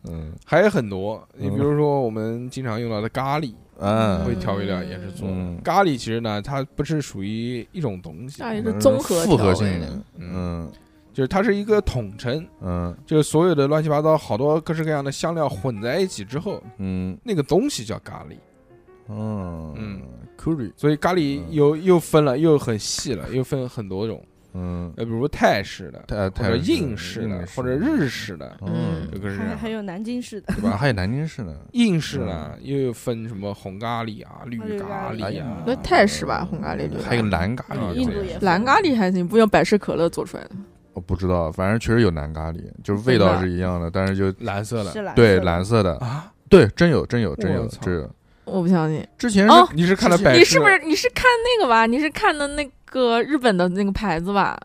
嗯
还有很多，你比
嗯
如说我们经常用到的咖喱，
嗯
会调味料也是做的
嗯。
咖喱其实呢，它不是属于一种东西，
那也是综合
复
调
合
味
性的，
嗯，
嗯
就是它是一个统称，
嗯
就是所有的乱七八糟好多各式各样的香料混在一起之后，
嗯
那个东西叫咖喱。
嗯
嗯
，curry，
所以咖喱
嗯
又又分了，又很细了，又分很多种，
嗯，
呃，比如泰式的，
泰
或
泰
者
式
英嗯式的，或者日，式的，
嗯
这，个是这啊
还还
样。
有南京市的，
对吧？还有南京式的，
印式呢，又有分什么红咖喱啊、绿
绿
咖
咖
哎
喱
呀
啊，
那 泰式吧，红咖喱就
嗯还有蓝咖
嗯
喱，
印度也
蓝咖喱还行，不用百事可乐做出来的。
我不知道，反正确实有蓝咖喱，就是味
啊
道是一样的，但是就
蓝色
是
的
蓝
对
色的
蓝色的，
啊，
对，真有真有真
我
有
操
这
我不相信，
之前
哦
是
你是看了百
你是
事
不是你是看那个吧？你是看的那个日本的那个牌子吧？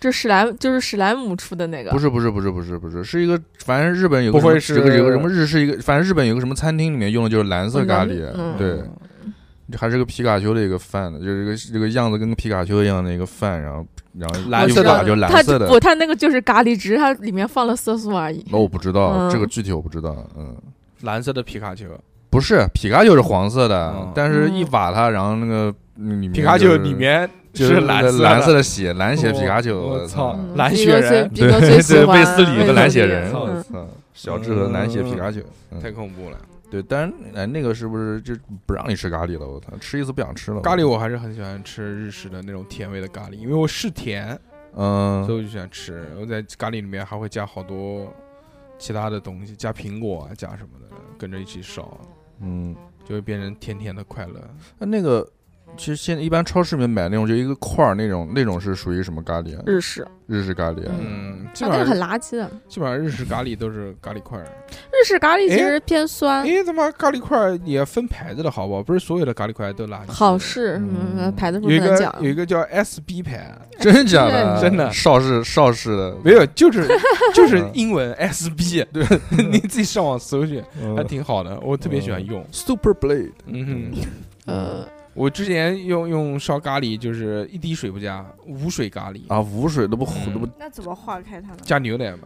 就史莱就是史莱姆出的那个，
不是不是不是不是不是，是一个反正日本有个
不会
什么有个
是
有个什么日式一个，反正日本有个什么餐厅里面用的就是蓝色咖喱，
嗯
对，还是个皮卡丘的一个饭的，就是一个这个样子跟个皮卡丘一样的一个饭，然后然后
蓝
一
色的
打就
它
蓝色的。哦
不，它那个就是咖喱，只是它里面放了色素而已。
那我不知道、
嗯
这个具体我不知道，嗯，
蓝色的皮卡丘，
不是皮卡丘是黄色的，
嗯
但是一瓦它，然后那个嗯里面
皮卡
就
丘
是
里面
就是
蓝
蓝
蓝
色的血，蓝血
我
皮卡丘，
我
操
操，
嗯
蓝
逼
雪
哥最
人
逼
对
哥最喜
对，
欢
卫斯理和蓝血人，
卫斯理
我
嗯
操，小智和蓝血皮卡丘，嗯
太恐怖了。
对，但是哎，那个是不是就不让你吃咖喱了？我操，吃一次不想吃了。
咖喱，我还是很喜欢吃日式的那种甜味的咖喱，因为我嗜甜，
嗯
所以我就喜欢吃。我在咖喱里面还会加好多其他的东西，加苹果啊，加什么的，跟着一起烧，
嗯，
就会变成甜甜的快乐。
那那个其实现在一般超市里面买那种就一个块儿那种，那种是属于什么咖喱啊？
日式，
日式咖喱啊。
嗯，基
它
本
那个很
上
垃圾的。
基本上日式咖喱都是咖喱块儿。
日式咖喱其实偏酸，
哎，他妈咖喱块儿也分牌子的好不好？不是所有的咖喱块儿都垃圾。
好事什么什么
嗯
牌子不
有一
能
个
讲。
有一个叫 SB 牌，
真假的？啊
真的
邵氏邵氏的
没有， 就是就是
嗯
英文 SB，对， 你自己上网搜去，
嗯
还挺好的，我特别喜欢用。
Super Blade。
嗯哼，
呃，
我之前用用烧咖喱，就是一滴水不加，无水咖喱，
啊，无水都不糊
嗯
都不
那怎么化开它呢？
加牛奶嘛。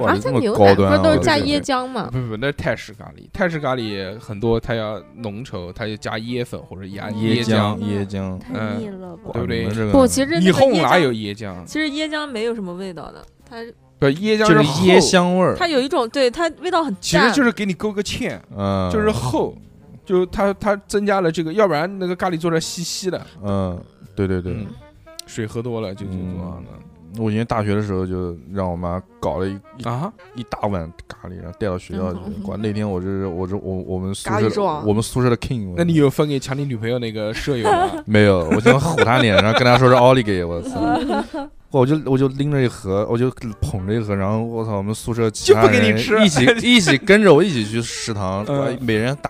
哇
啊，
你
加
这么
牛
高
奶不
端
是
啊
都
我
是
的
加
天
椰浆吗？
不不，那是泰式咖喱，泰式咖喱很多，它要浓稠，它就加嗯椰粉或者加
椰
浆
浆，椰浆，
太腻了吧
对？不对
哇你们这个
不，其实
你
那个
嗯后
椰
哪
浆，
有椰浆？
其实椰浆没有什么味道的，它
不，椰浆
就是
厚
椰，香味儿，
它有一种对它味道很淡，
其实就是给你勾个芡，
嗯，
就是厚，就它它增加了这个，要不然那个咖喱做的稀稀的，
嗯，对对嗯对，
嗯水喝多了就就啊这样的
我以前大学的时候就让我妈搞了一一
啊。
一大碗咖喱，然后带到学校去
嗯。
管那天我就是我这我我们宿
咖喱
舍的
壮
我们宿舍的 king，我
那你有分给抢你女朋友那个舍 友吗？
没有？我想吼他脸，然后跟他说是奥利给，我操！
嗯
我就我就拎着一盒，我就捧着一盒，然后我操，我们宿舍其
就不
他
给你
人
吃
一起一起跟着我一起去 食堂，
嗯
每人打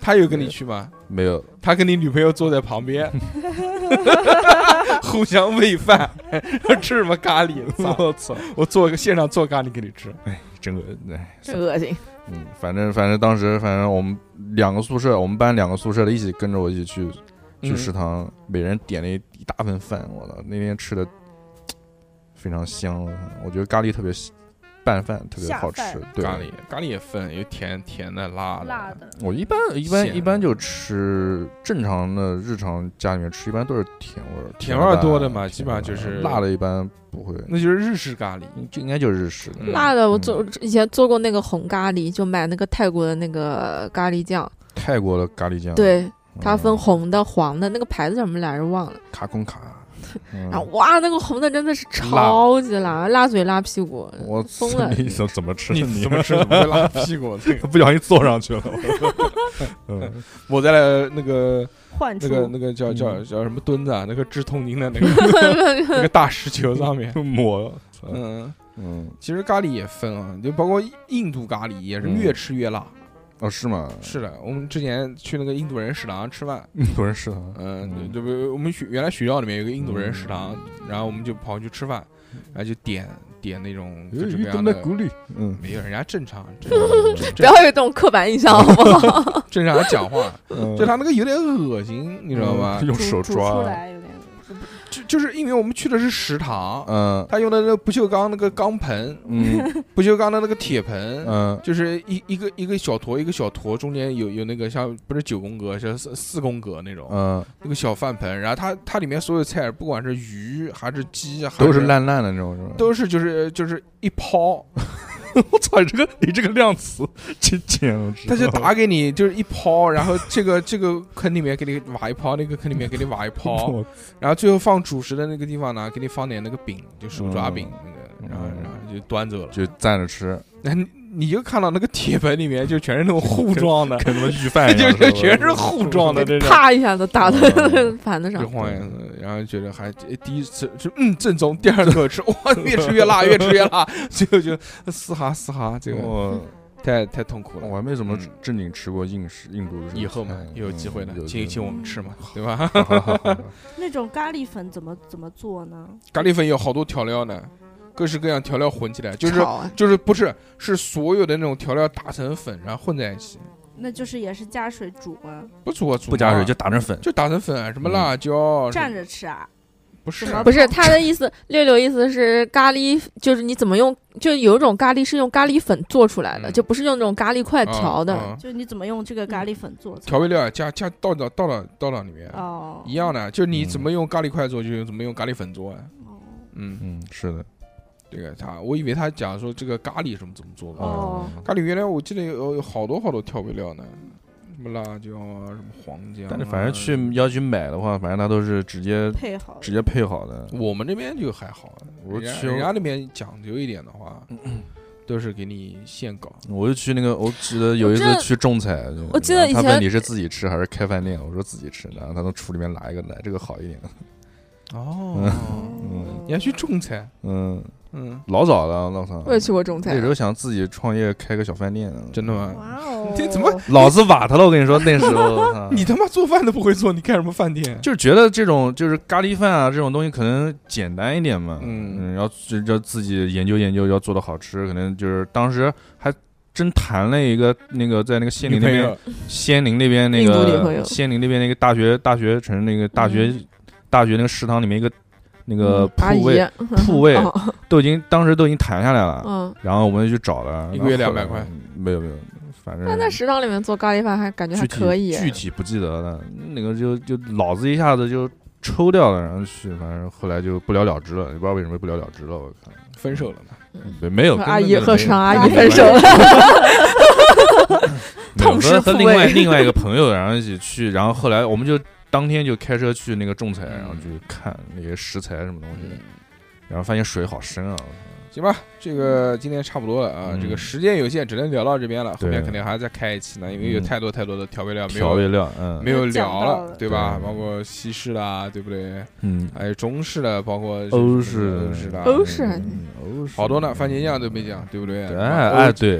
他有跟你去吗？
没有
他跟你女朋友坐在旁 边，互相喂饭，吃什么咖 喱？我操！我做个现场做咖喱给你吃。
整个哎，
真恶心。
嗯，反正反正当时反正我们两个宿舍，我们班两个宿舍的一起跟着我一起去去
嗯
食堂，每人点了一一大份饭，我操，那天吃的非常香，我操我觉得咖喱特别香拌饭特别
下
好吃
饭，
对
咖喱，咖喱也分，有甜甜的、辣的。
辣的，
我一般一般
咸
一般就吃正常的日常家里面吃，一般都是甜味儿，
甜味儿
的
多的嘛
甜
基本上
的
就是
辣的，一般不会，
那就是日式咖喱。
就应该就是日式的。
嗯
辣的，我做以前做过那个红咖喱，就买那个泰国的那个咖喱酱，
嗯
泰国的咖喱酱，
对，
嗯，
它分红的、黄的，那个牌子什么来着忘了。
卡 空卡，嗯
然后哇，那个红的真的是超级辣，辣嘴辣屁股，
我
疯了
你怎怎么吃？
你怎么吃怎么会拉屁股？这个，
不小心坐上去了？我嗯，
我在那个
患
那
处
个那个叫叫
嗯
叫什么墩子啊？那个治痛经的那个 那个大石球上面。
抹，
嗯，
嗯，
其实咖喱也分啊，就包括印度咖喱也是
嗯
越吃越辣。
哦，是吗？
是的，我们之前去那个印度人食堂吃饭，
印度人食堂，
嗯，
嗯
对不？我们学原来学校里面有个印度人食堂，然后我们就跑去吃饭，然后就点嗯点那种各种各样的，
里， 嗯，
没有人家正常正
嗯
不要有这种刻板印象好不好？
正常讲话，
嗯
就他那个有点恶心，你知道吗？
用
煮
手
煮
抓啊
出，来有点
就就是因为我们去的是食堂，
嗯
他用的那个不锈钢那个钢盆，
嗯
不锈钢的那个铁盆，
嗯，
就是一一个一个小坨一个小坨，中间有有那个像不是九宫格，是四四宫格那种，
嗯，
一个小饭盆，然后它它里面所有菜，不管是鱼还是鸡，啊还
都是，烂烂的那种，是吧？
都是就是就是一 抛，
我操，你这个你这个量 词，这简直，
他就打给你就是一抛，然后这个这个坑里面给你挖一抛，那个坑里面给你挖一抛，
我
然后最后放主食的那个地方呢，给你放点那个饼，就手抓饼
嗯
那个，然后
嗯
然后就端走了，
就蘸着吃，
那你你就看到那个铁盆里面就全是那种糊
，
状的
跟他妈预饭 一
就
样，
就是
吧
全是糊状的这种。
啪一下子打在
嗯
盘子
就
上，
晃样子，然后觉得还诶第一次是嗯正宗，第二口 吃哇越吃越辣，越吃越辣，最后就呃嘶哈嘶哈，这个
我
太太痛苦了
我。还没怎么
嗯
正经吃过印式印度的
以后嘛
菜，
有机会
嗯
了，
有
请
机
请
会
我们吃嘛，对吧？
哈哈哈哈
那种咖喱粉怎么怎么做呢？
咖喱粉有好多调料呢，各式各样调料混起来，就是
炒啊
就是不是是所有的那种调料打成粉，然后混在一起，
那就是也是加水煮吗？
不煮啊煮
不加水
嘛
就打成粉，
就打成粉，什么辣椒，什么
蘸着吃啊？
不是
什么
不是他的意思，六六意思是咖喱，就是你怎么用，就有一种咖喱是用咖喱粉做出来的，
嗯
就不是用那种咖喱块
啊
调的。
啊
就你怎么用这个咖喱粉做菜？
调味料加加倒到倒到倒到里面，
哦，
一样的，就是你
嗯
怎么用咖喱块做，就怎么用咖喱粉做啊。
哦。
嗯，
嗯，是的，
这个他，我以为他讲说这个咖喱什么怎么做的。
哦
咖喱原来我记得有有好多好多调味料呢，什么辣椒啊，什么黄姜、啊。
但是反正去要去买的话，反正它都是直接
配好
直接配好的。
我们这边就还好，
我
人家
去
人家那边讲究一点的话，都是给你现搞。
我就去那个，我记得有一
我
次
这
去仲裁，
我记得以
他
前
问你是自己吃还是开饭店，我说自己吃，然后他从橱里面拿一个来，这个好一点。
哦， 你还去仲裁？
嗯，
嗯，
老早了，我操！
我也去过嗯仲裁
那时，候想自己创业开个小饭店，
真的吗？
哇哦
，这怎么
老子瓦特了。我跟你说，那时候啊我操
你他妈做饭都不会做，你开什么饭店？
就是觉得这种就是咖喱饭啊这种东西可能简单一点嘛，
嗯
嗯，要自要自己研究研究，要做的好吃，可能就是当时还真谈了一个那个在那个仙
女
林
朋
那边，
友
仙林那边那
印度女朋
个
友
仙林那边那个大学大学城那个大学、大学那个食堂里面一个那个
阿
铺
姨
位、啊铺位
哦
都已经当时都已经谈下来了，
嗯，
然后我们就去找了，
一个月
然后后来
200块，
没有没有，反正
那在食堂里面做咖喱饭还感觉还
具体
可以，
具体不记得了，那个就就脑子一下子就抽掉了，然后去，反正后来就不了了之了，也不知道为什么不了了之了，我靠，
分手了嘛？
没没有
和
跟
阿
那
姨
个
和
没
食堂
有
阿
没
姨
有
分手
没有
了，
没有
痛
和
失
和
父
另外
位
另外一个朋友，然后一起去，然后后来我们就当天就开车去那个仲裁，然后就
嗯
看那些食材什么东西，然后发现水好深啊，
行吧，这个今天差不多了啊，
嗯
这个时间有限，只能聊到这边了。后
对
面肯定还要再开一期呢，因为有
嗯
太多太多的调味料没
调
有
味料，嗯
没有
讲
聊
到
了，
了
对吧？
对
包括西式啦，对不对？
嗯，
还有中式的，包括这
欧
个
式的
欧式的，
欧式
嗯欧式
好多呢，番茄酱都没讲，对不对？
对，
什么
哎
欧
哎对，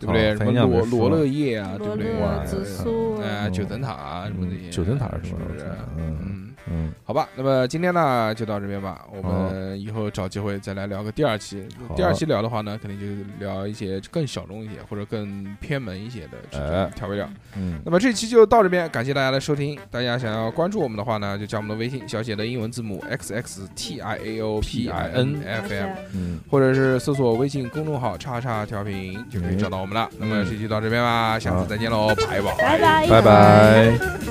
对不对？
哦
什
番
么
茄酱
罗
别说
罗
了
勒叶啊，对
罗
不对？
勒、
哇
紫
塞
苏
哎，
啊，
九层塔啊什么的，
嗯九层塔是
是
什么
不是
我操？
嗯
嗯，嗯，
好吧，那么今天呢就到这边吧，我
好
们以后找机会再来聊个第二期
好。
第二期聊的话呢，肯定就是聊一些更小众一些或者更偏门一些的这
哎
种调味料。
嗯
那么这期就到这边，感谢大家的收听。大家想要关注我们的话呢，就加我们的微信小写的英文字母 x x t i a o p i n f m，
嗯。
或者是搜索微信公众号“叉叉调嗯
哎
频”就可以找到我们了。那么这期到这边吧，下次再见喽，拜拜。
拜拜
拜拜。